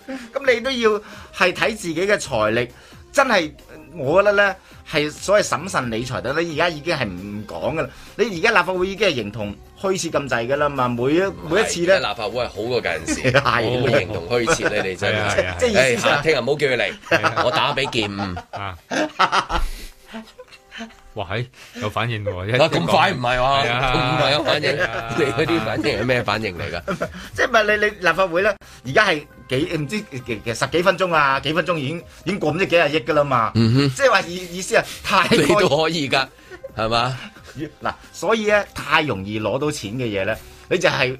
S4: 咁你都要係睇自己嘅財力，真係我覺得咧係所謂審慎理財等等，你而家已經係唔講噶啦，你而家立法會已經係形同虛設咁滯噶啦嘛，每一 *laughs* 每一次咧
S1: 立法會係好過近時，
S4: *laughs* 係
S1: 好形同虛設咧，你真
S4: 係啊係啊
S1: 係。
S4: 即係意思就係
S1: 誒聽日唔好叫佢嚟，我打俾
S4: *laughs*
S1: 劍五。
S3: 哇，係有反應喎！一
S1: 啊咁快唔係喎，
S3: 係啊
S1: 咁快有反應
S3: 係啊，
S1: *laughs* 你嗰啲反應係咩反應
S4: *laughs*
S1: 嚟㗎？
S4: 即係唔係你你立法會咧？而家係幾唔知其實十幾分鐘啊，幾分鐘已經已經過唔知幾廿億噶啦嘛。
S1: 嗯哼
S4: 即係話意意思啊，太
S1: 你
S4: 過
S1: 都可以㗎，係嘛？
S4: 嗱，所以咧太容易攞到錢嘅嘢咧，你就係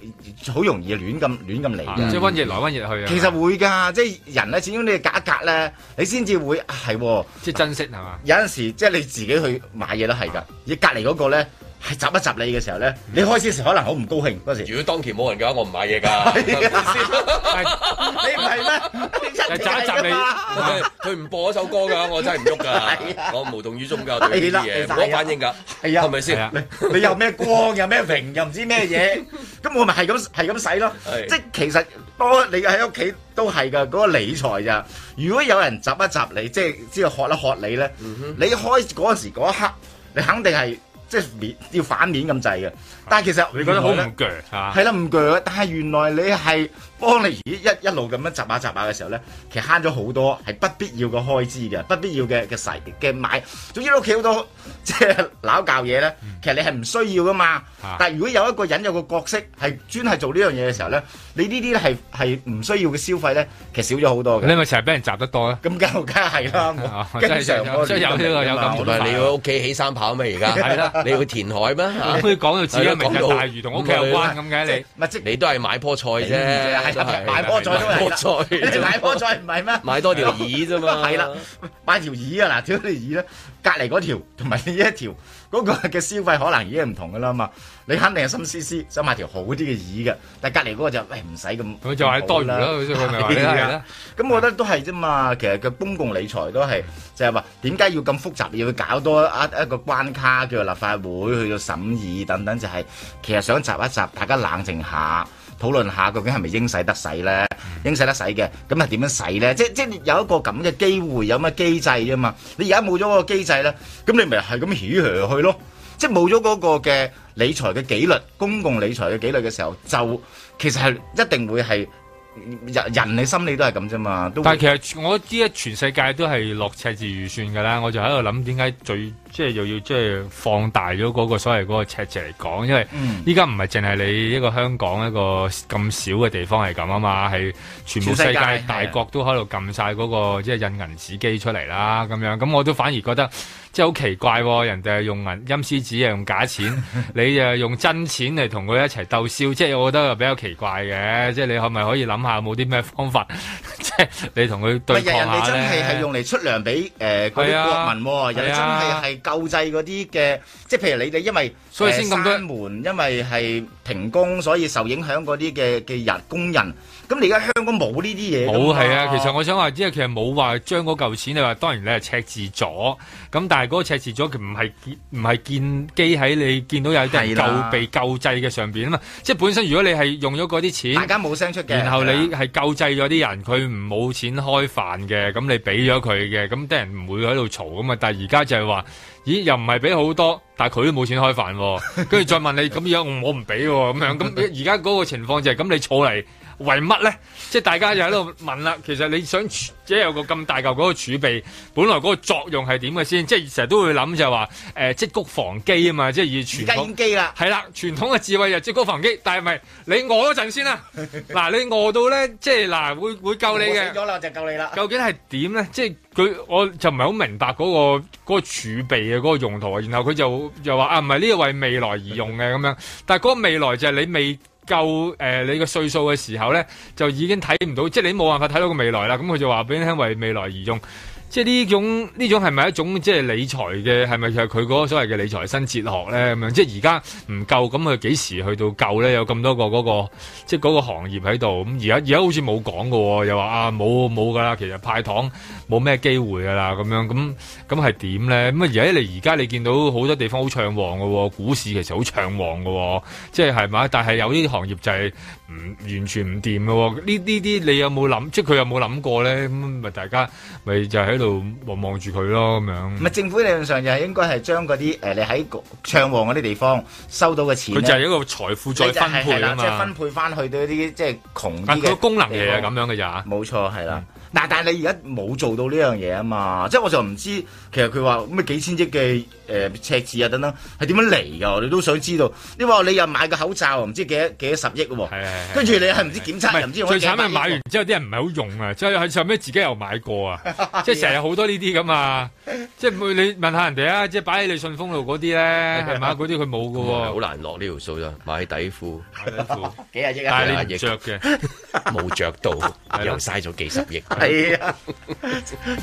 S4: 好容易亂咁亂咁嚟
S3: 啊
S4: 嘅。
S3: 即係温熱來温熱去啊！
S4: 其實會㗎，即係人咧，始終你隔一隔咧，你先至會啊係喎。
S3: 即係珍惜係嘛？
S4: 有陣時即係你自己去買嘢都係㗎，而隔離嗰個咧係集一集你嘅時候咧，你開始時可能好唔高興
S1: *laughs*
S4: 嗰時。
S1: 如果當期冇人嘅話，我唔買嘢
S4: *laughs* 哎
S1: 㗎。
S4: 你唔係咩？你一定係啊㗎嘛
S1: 佢佢唔播嗰首歌㗎，我真係唔喐㗎，我無動於衷㗎對呢啲嘢，
S4: 係啦
S1: 冇反應㗎，
S4: 係啊
S1: 係咪先？
S4: 你你有咩光，有咩榮，又唔知咩
S3: *laughs*
S4: 嘢，咁我咪係咁係咁使咯。
S1: 係
S4: 即係其實多你喺屋企都係噶，嗰、個理財咋。如果有人集一集你，即係知道喝一喝你咧，
S3: 嗯
S4: 你開嗰時嗰一刻，你肯定係即係面要反面咁滯嘅。但係其實
S3: 你覺得好唔
S4: 原來呢
S3: 鋸啊嚇？
S4: 係啦，唔鋸，但係原來你係幫你咦一一路咁樣集下集下嘅時候咧，其實慳咗好多係不必要嘅開支嘅，不必要嘅嘅使嘅買。總之你屋企好多 *laughs* 即係撈教嘢咧，其實你係唔需要噶嘛。
S3: 啊
S4: 但係如果有一個人有個角色係專係做呢樣嘢嘅時候咧，你呢啲咧係係唔需要嘅消費咧，其實少咗好多嘅。
S3: 你咪成日俾人襲得多啊咧？
S4: 咁梗梗係啦，我
S3: 真
S4: 經
S3: 係
S4: 常
S3: 有
S4: 我
S3: 真係有呢個有咁
S1: 同埋你要屋企起衫跑咩？而家
S3: 係啦
S1: 你要填海咩？
S4: 啊
S1: 啊嚇
S3: 咁佢講到自己明日大嶼同屋企有關咁嘅你，
S4: 咪即
S1: 你都係買棵菜啫，真係買棵菜
S4: 係買波菜都係啦
S1: 啫
S4: 你買波菜唔係咩？
S1: 買多條耳啫
S4: *laughs*
S1: 嘛
S4: 係啦，買條耳啊！嗱，條條耳咧，隔離嗰條同埋呢一條嗰個嘅消費可能已經唔同噶啦嘛。你肯定係心思思想買條好啲嘅耳嘅，但係隔離嗰個就喂唔使咁。啊
S3: 佢就係多餘啦佢所以佢咪話啊你係
S4: *laughs*
S3: 啦。
S4: 咁我覺得都係啫嘛。其實嘅公共理財都係就係話點解要咁複雜，要搞多一一個關卡叫做立法會去到審議等等，就係、其實想集一集，大家冷靜下。討論下究竟係咪應使得使咧？
S3: 嗯
S4: 應使得使嘅，咁係點樣使咧？即即有一個咁嘅機會，有乜機制啫嘛？你而家冇咗嗰個機制咧，咁你咪係咁起嚟去咯。即係冇咗嗰個嘅理財嘅紀律，公共理財嘅紀律嘅時候，就其實係一定會係人人嘅心理都係咁啫嘛。都
S3: 但
S4: 會
S3: 係其實我知啊，全世界都係落赤字預算㗎啦，我就喺度諗點解最即係又要即係放大咗嗰個所謂嗰個赤字嚟講，因為
S15: 嗯
S3: 依家唔係淨係你一個香港一個咁少嘅地方係咁啊嘛，係全
S15: 全
S3: 部世
S15: 世界
S4: 啊
S3: 界大國都喺度撳晒嗰個即係印銀紙機出嚟啦咁樣，咁我都反而覺得即係好奇怪喎，人哋係用銀陰絲紙係用假
S4: *laughs*
S3: 錢，你就用真錢嚟同佢一齊鬥燒，即係我覺得又比較奇怪嘅，即係你係咪可以諗下有冇啲咩方法， *laughs* 即係你同佢對
S4: 咪人人
S3: 抗
S4: 哋
S3: 下
S4: 真係係
S3: 咧？
S4: 用嚟出糧俾誒嗰
S3: 係啊
S4: 啲國民喎，人
S3: 係
S4: 哋
S3: 啊
S4: 真係係救濟嗰啲嘅，即係譬如你哋因為
S3: 所以先咁多
S4: 誒閂門，因為係停工，所以受影響嗰啲嘅嘅人工人，咁你而家香港冇呢啲嘢㗎嘛
S3: 冇係啊，其實我想話，即係其實冇話將嗰嚿錢，你話當然你係赤字咗，咁但係嗰個赤字咗，佢唔係建唔係建基喺你見到有啲人
S4: 係啦
S3: 救被救濟嘅上邊啊嘛，即係本身如果你係用咗嗰啲錢，
S4: 大家冇聲出嘅，
S3: 然後你係救濟咗啲人，佢唔冇錢開飯嘅，咁你俾咗佢嘅，咁啲人唔會喺度嘈啊噶嘛。但係而家就係話，咦又唔係俾好多，但係佢都冇錢開飯喎， *laughs* 跟住再問你，咁而家我唔俾喎，咁樣咁而家嗰個情況就係、咁，你坐嚟為乜咧？即係大家就喺度問啦。其實你想儲即係有個咁大嚿嗰個儲備，本來嗰個作用係點嘅先？即係成日都會諗就係話誒積谷防饑啊嘛，即係以傳
S4: 而家已
S3: 統
S4: 經饑啦
S3: 係啦，傳統嘅智慧就積谷防饑，但係咪你餓嗰陣先啦？嗱，你餓到咧，即係嗱會會救你
S4: 我死
S3: 嘅。
S4: 咗啦，就救你啦。
S3: 究竟係點咧？即係佢，我就唔係好明白嗰、個嗰、個儲備嘅嗰、個用途啊。然後佢就就話啊，唔係呢個為未來而用嘅咁樣。但係嗰個未來就係你未夠誒、呃你個歲數嘅時候咧，就已經睇唔到，即係你冇辦法睇到個未來啦。咁佢就話俾你聽為未來而用。即係呢種呢種係咪一種即係理財嘅係咪其實佢嗰個所謂嘅理財新哲學咧咁樣？即係而家唔夠，咁佢幾時去到夠咧？有咁多個嗰、個即係嗰個行業喺度，咁而家而家好似冇講嘅喎，又話啊冇冇㗎啦，其實派糖冇咩機會㗎啦咁樣，咁咁係點咧？咁啊而家你而家你見到好多地方好暢旺嘅喎，股市其實好暢旺嘅喎，即係係咪？但係有啲行業就係唔完全唔掂嘅喎，呢呢啲你有冇諗？即係佢有冇諗過咧？咁咪大家咪就喺度望望住佢咯咁樣。
S4: 唔係政府理論上就係應該係將嗰啲誒你喺個暢旺嗰啲地方收到嘅錢
S3: 佢
S4: 呢，
S3: 就係一個財富再分
S4: 你就係係
S3: 配
S4: 啦
S3: 啊
S4: 即係
S3: 嘛
S4: 分。配翻去到一啲即係窮
S3: 啊佢
S4: 啲
S3: 個
S4: 嘅
S3: 功能嘢係
S4: 地
S3: 咁
S4: 方
S3: 樣嘅咋？
S4: 冇錯，係啦。
S3: 嗯
S4: 嗱，但係你而家冇做到呢樣嘢啊嘛，即係我就唔知其實佢話咩幾千億嘅誒、呃赤字啊等等係點樣嚟㗎？我哋都想知道。你話你又買個口罩唔知幾多幾多十億喎，跟住你係唔知檢測又唔知
S3: 最慘
S4: 慘
S3: 係買完之後啲人唔係好用啊！即係喺上面自己又買過
S4: *laughs*
S3: 啊！即係成日好多呢啲咁啊！即係每你問下人哋啊，即係擺喺你信封度嗰啲
S4: *laughs*
S3: 咧，係嘛？嗰啲佢冇㗎喎，
S1: 好難落呢條數啦，買底褲，
S4: 嗯
S3: 買底褲
S4: 幾廿億啊
S3: 但
S1: 幾
S3: 係
S1: 廿
S3: 你
S1: 億
S3: 唔着嘅，
S1: 冇着到，
S3: 啦
S1: 又嘥咗幾十億。
S4: 係
S3: *laughs*
S4: 啊，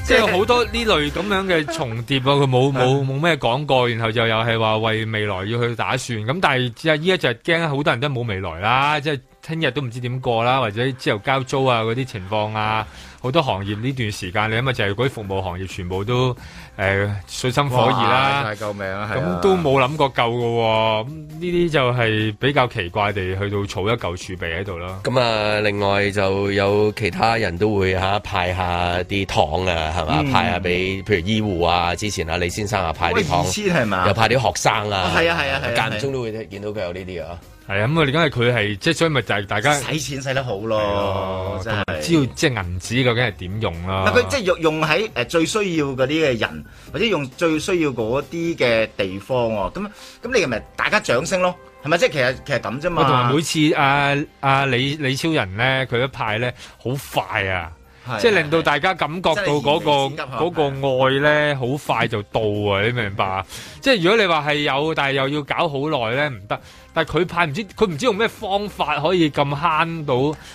S3: 即係好多呢類咁樣嘅重疊啊！佢冇冇冇咩講過，然後就又係話為未來要去打算。咁但係即係依家就係驚好多人都冇未來啦，即係聽日都唔知點過啦，或者之後交租啊嗰啲情況啊，好多行業呢段時間你諗下就係嗰啲服務行業全部都誒、呃水深火熱啦。
S4: 哇救命啊！係啊
S3: 咁都冇諗過夠嘅喎，咁呢啲就係比較奇怪地去到儲一嚿儲備喺度啦。
S1: 咁啊，另外就有其他人都會嚇、派下啲糖啊，係嘛？
S4: 嗯
S1: 派下俾譬如醫護啊，之前啊李先生啊派啲糖，
S4: 喂二千係嘛
S1: 又派啲學生啊，
S4: 係啊係啊係啊
S1: 間唔中都會見到佢有呢啲啊。
S3: 係啊，咁啊，而家係佢係即係所以咪就係大家
S4: 使錢使得好咯，哦真係。
S3: 哦知道即係銀紙究竟係點用啦。
S4: 嗱，佢即係用用喺誒最需要嗰啲嘅人，或者用最需要嗰啲嘅地方喎。咁咁你咪大家掌聲咯，係咪？即係其實其實咁啫嘛。
S3: 同埋每次阿阿李李超人咧，佢一派咧好快啊
S4: 係啊，
S3: 即係令到大家感覺到嗰、個
S4: 真係燃眉之急啊
S3: 嗰個愛咧，好快就到啊！你明唔明白啊？即係如果你話係有，但係又要搞好耐咧，唔得。但係佢派唔知佢唔知用咩方法可以咁慳到，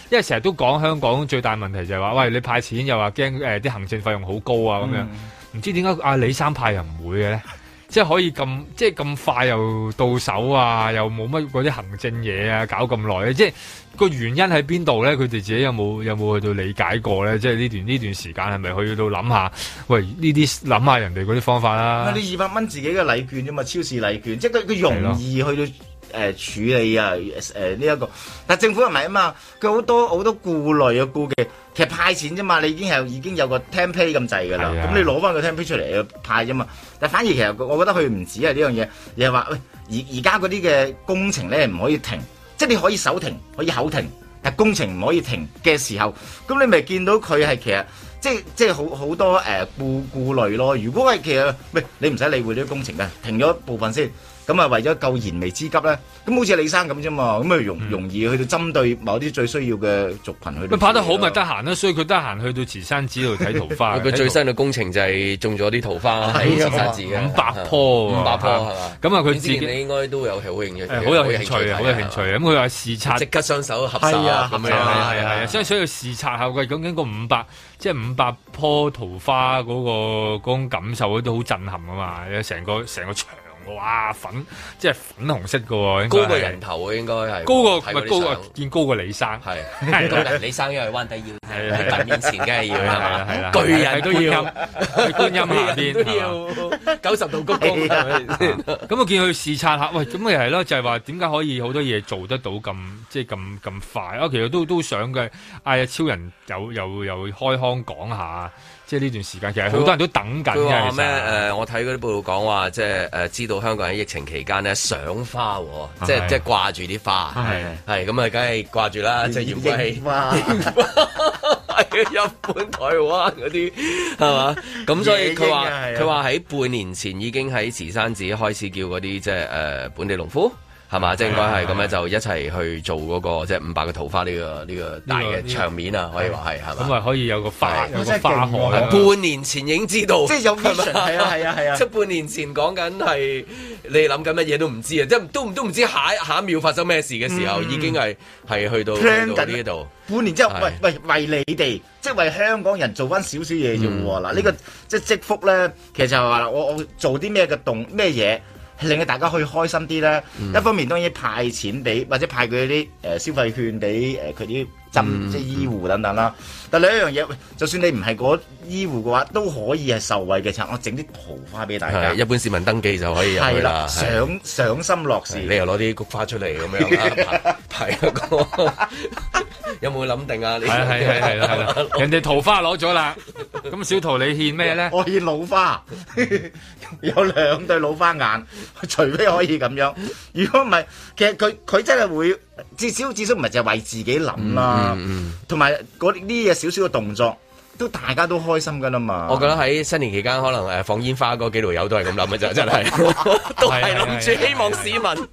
S3: 因為成日都講香港最大問題就係話，喂你派錢又話驚誒啲行政費用好高啊咁樣，唔、知點解啊阿李三派又唔會嘅咧？ *laughs* 即係可以咁，即係咁快又到手啊，又冇乜嗰啲行政嘢啊，搞咁耐咧，即係個原因喺邊度咧？佢哋自己有冇有冇去到理解過咧？即係呢段呢段時間係咪去到諗下，喂呢啲諗下人哋嗰啲方法啦、
S4: 嗱，你二百蚊自己嘅禮券啫嘛，超市禮券，即係佢佢容易去到。誒、處理啊誒呢一個，但政府唔係啊嘛，佢好多好多顧慮啊顧忌，其實派錢啫嘛，你已經係已經有個 template 咁滯㗎啦，
S3: 係
S4: 咁、
S3: 啊
S4: 你攞翻個 template 出嚟去派啫嘛，但反而其實我覺得佢唔止係呢樣嘢，而係話喂而而家嗰啲嘅工程咧唔可以停，即係你可以手停，可以口停，但工程唔可以停嘅時候，咁你咪見到佢係其實。即係即係好好多誒、呃、顧顧慮咯。如果係其實唔係你唔使理會呢啲工程嘅，停咗部分先，咁啊為咗救燃眉之急咧，咁好似李生咁啫嘛，咁咪容容易去到針對某啲最需要嘅族群去到處理咯。
S3: 咪拍得好咪得閒啦，所以佢得閒去到慈山寺度啊睇桃花。
S1: *laughs* 佢最新嘅工程就係種咗啲桃花 *laughs* 喺
S3: 係啊
S1: 尖沙咀嘅
S3: 五百棵喎
S1: 啊五百棵係嘛？
S3: 咁啊
S1: 你
S3: 佢
S1: 之
S3: 自己
S1: 前你應該都有好興趣，
S3: 誒好有興趣
S1: 睇
S3: 啊，
S1: 啊
S3: 好有興趣啊！咁佢話視察，
S1: 即刻雙手合十
S3: 係啊，
S1: 咁樣
S3: 係啊，係啊係啊，所以所以視察下佢究竟個五百即係五百棵桃花嗰個嗰種感受都好震撼啊嘛！有成個成個場哇粉，即係粉紅色嘅喎，應該係
S1: 高過人頭啊，應該係
S3: 高過
S1: 睇
S3: 咪
S1: 嗰啲
S3: 高過
S1: 相
S3: 見高過李生
S1: 係
S3: 係
S1: 高人李生因為彎低腰，
S3: 係
S1: 喺墳面前梗係要
S3: 係
S1: 啦
S3: 啦係啦，啊
S1: 巨人
S3: 都要
S1: 觀音
S3: 觀音下邊
S1: *laughs* 巨人都要九十度鞠躬係
S3: 啊
S1: 咪先。
S3: 咁我見佢視察下，喂，咁咪係咯，就係話點解可以好多嘢做得到咁即係咁咁快啊？其實都都想嘅，嗌超人又又又開腔講下，即係呢段時間其實好多人都等緊
S1: 佢話
S3: 嘅。其
S1: 咩？誒、
S3: 實
S1: 我睇嗰啲報道講話，即係誒知道香港喺疫情期間咧賞花喎，即係
S3: 係
S1: 即係掛住啲花，
S3: 係
S1: 係咁啊，梗係掛住啦，即係原本係
S3: *laughs*
S4: 櫻花
S1: *laughs* 係日本、台灣嗰啲係嘛？咁所以佢話
S4: 野鷹啊係啊
S1: 呃佢話喺半年前已經喺慈山寺開始叫嗰啲即係誒本地農夫。係嘛？即係應該係咁樣就一齊去做嗰個即係五百嘅桃花呢個呢個大
S3: 呢個
S1: 嘅場面啊，可以話係係嘛？
S3: 咁咪可以有個花有個
S1: 真係
S3: 花
S1: 勁
S3: 海
S1: 喎
S3: 啊。
S1: 半年前已經知道，
S3: 即係有
S1: 係嘛
S3: vision，係啊 *laughs* 係啊係啊
S1: 即係半年前講緊係你諗緊乜嘢都唔知啊，即係都唔都唔知下一下一秒發生咩事嘅時候，
S4: 嗯
S1: 已經係係去到
S4: plan
S1: 去到呢一
S4: 緊
S1: 度。
S4: 半年之後，
S1: 係
S4: 喂喂，為你哋，即係為香港人做翻少少嘢啫喎。
S1: 嗯
S4: 嗱，呢個即係積福咧，其實就係話啦我我做啲咩嘅動咩嘢，係令到大家可以開心啲咧。
S1: 嗯
S4: 一方面當然派錢俾或者派佢啲誒消費券俾呃誒佢啲
S1: 嗯
S4: 針即係醫護等等啦。但另一樣嘢，喂就算你唔係嗰醫護嘅話，都可以係受惠嘅策。我整啲桃花俾大家
S1: 係。一般市民登記就可以入去
S4: 啊係
S1: 啦係啊
S4: 啦，。上上心落事。
S1: 你又攞啲菊花出嚟咁樣
S3: *laughs*
S1: 啦，排排一個有冇諗定啊？你
S3: 係係係係啦係啦，人哋桃花攞咗啦，咁小桃你獻咩 *laughs* 咧？
S4: 我獻老花， *laughs* 有兩對老花眼，除非可以咁樣。如果唔係，其實佢佢真係會至少至少唔係淨係為自己諗啦，同埋嗰啲嘢少少嘅動作，都大家都開心噶啦嘛。
S1: 我覺得喺新年期間，可能誒放煙花嗰幾條友都係咁諗嘅啫，真係都
S3: 啊
S1: 係諗住希望市民。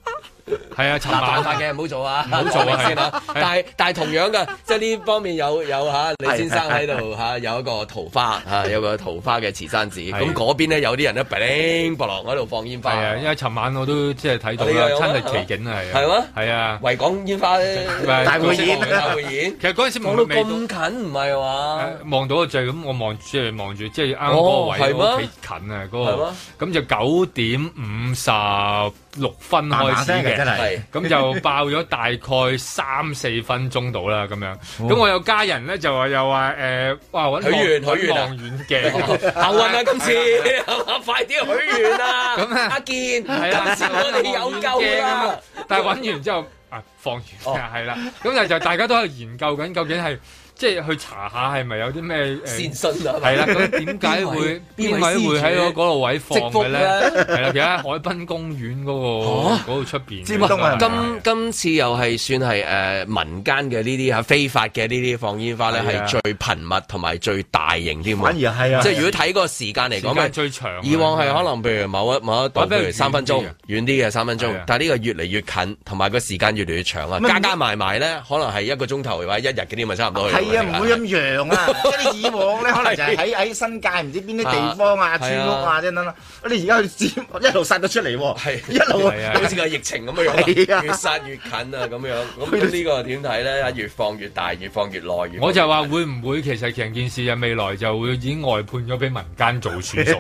S3: 係啊，尋
S1: 嗱犯法
S3: 晚
S1: 嘅唔好做啊，
S3: 唔好
S1: *laughs*
S3: 做啊
S1: 講明先
S3: 係
S1: 啦。但係但係同樣嘅，即係呢方面有有嚇李先生喺度嚇，有一個桃花嚇，有個桃花嘅慈山寺。咁嗰邊咧有啲人咧 bling 落落喺度放煙花。
S3: 係啊，因為尋晚我都即係睇到
S1: 你
S3: 啦
S1: 又，有啊
S3: 親歷其境啊，係啊，
S1: 係咩
S3: 係啊，
S1: 維港煙花大
S3: 會
S1: 會
S3: 演
S1: 演大會演
S3: 其實嗰陣時
S1: 講到咁近唔係話。
S3: 望到個掣咁，我望即係望住，即係啱
S1: 啊哦
S3: 嗰個
S1: 係
S3: 位
S1: 咩
S3: 幾近啊，
S1: 係
S3: 嗰
S1: 咩
S3: 個咁就九點五十六分開始
S4: 慢慢聲嘅真
S3: 嘅
S4: 係，
S3: 咁就爆咗大概三四分鐘到啦，咁樣。咁
S1: 哦
S3: 我有家人咧就話又話誒，哇揾
S1: 許願許願啊
S3: 望遠鏡，
S1: *laughs* 幸運啊！今次係嘛快啲許願啊！
S3: 咁啊
S1: 阿健，今
S3: 係啦
S1: 次我哋有救啊哦啦！
S3: 啊但係揾完之後啊，放完啊，係啦，咁就就大家都喺度研究緊，究竟係即係去查下係咪有啲咩
S1: 善信啊
S3: 係啦，
S1: *laughs*
S3: 咁點解會邊
S1: 邊位
S3: 位會喺嗰嗰個位放嘅
S1: 積福
S3: 咧？
S1: 咧哦
S3: 係啦，其實喺海濱公園嗰個嗰度出邊嘅，
S1: 今今次又係算係誒、呃民間嘅呢啲啊非法嘅呢啲放煙花咧，
S3: 係啊
S1: 係最頻密同埋最大型添喎。
S4: 反而係啊
S1: 即係如果睇個時間嚟
S3: 時
S1: 講
S3: 間
S1: 咪
S3: 最長啊
S1: 以往係可能譬如某一某一度
S3: 或者
S1: 譬如三分鐘
S3: 遠啲嘅
S1: 遠啲嘅三分鐘
S3: 係啊，
S1: 但係呢個越嚟越近，同埋個時間越嚟越長啊！
S4: 乜
S1: 加加埋埋咧，可能係一個鐘頭或者一日嗰啲咪差唔多去到
S4: 係
S1: 㗎
S4: 啊，唔會咁揚啊！即係你以往咧，可能就係喺喺新界唔知邊啲地方啊、
S1: 啊
S4: 村屋啊等等啦。你而家去尖一路殺到出嚟喎，一路
S1: 好
S3: 啊
S1: 似個疫情咁樣
S4: 係
S1: 樣，
S4: 啊
S1: 越殺越近啊咁樣。咁呢個點睇咧？越放越大，越放越耐，越放
S3: 我就話會唔會其實成件事啊未來就會已經外判咗俾民間做
S1: *laughs*
S3: 算數，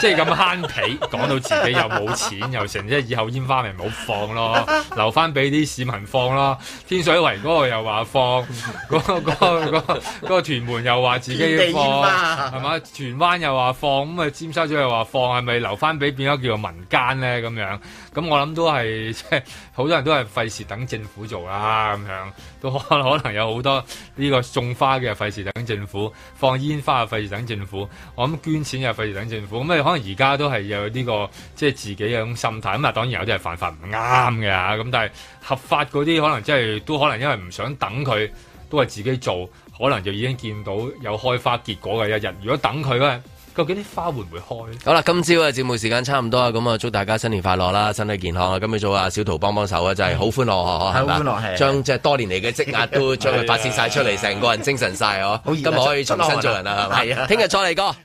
S3: 即係咁慳皮，講到自己又冇錢又成，即係以後煙花咪唔好放咯，留翻俾啲市民放咯。天水圍嗰個又話放，嗰、個嗰、個嗰、個屯門又話自己
S4: 遍地
S3: 要放，
S4: 煙花
S3: 係嘛？荃灣又話放，咁啊尖沙咀又話放，係咪留翻俾變咗叫做民間咧咁樣？咁我諗都係 *laughs* 即係好多人都係費事等政府做啦，咁樣都可可能 *laughs* 有好多呢個種花嘅費事等政府，放煙花嘅費事等政府，我諗捐錢又費事等政府，咁你可能而家都係有呢、個即係自己有種心態，咁啊當然有啲係犯法唔啱嘅嚇，咁但係合法嗰啲可能即係都可能因為唔想等佢，都係自己做，可能就已經見到有開花結果嘅一日。如果等佢咧，究竟啲花會唔會開呢？
S1: 好啦，今朝嘅節目時間差唔多啦，咁啊祝大家新年快樂啦，身體健康啊！今日早啊，小桃幫幫手啊，真係好歡樂嗬，
S4: 係
S1: 係嘛
S4: 好歡樂係
S1: 將即係多年嚟嘅積壓 *laughs* 都將
S4: 係
S1: 佢
S4: 啊
S1: 發泄晒出嚟，成個人精神晒嗬，
S4: 好熱啊
S1: 今日可以重新
S4: 出出
S1: 做人啦，係嘛？
S4: 係啊
S1: 聽日再嚟過，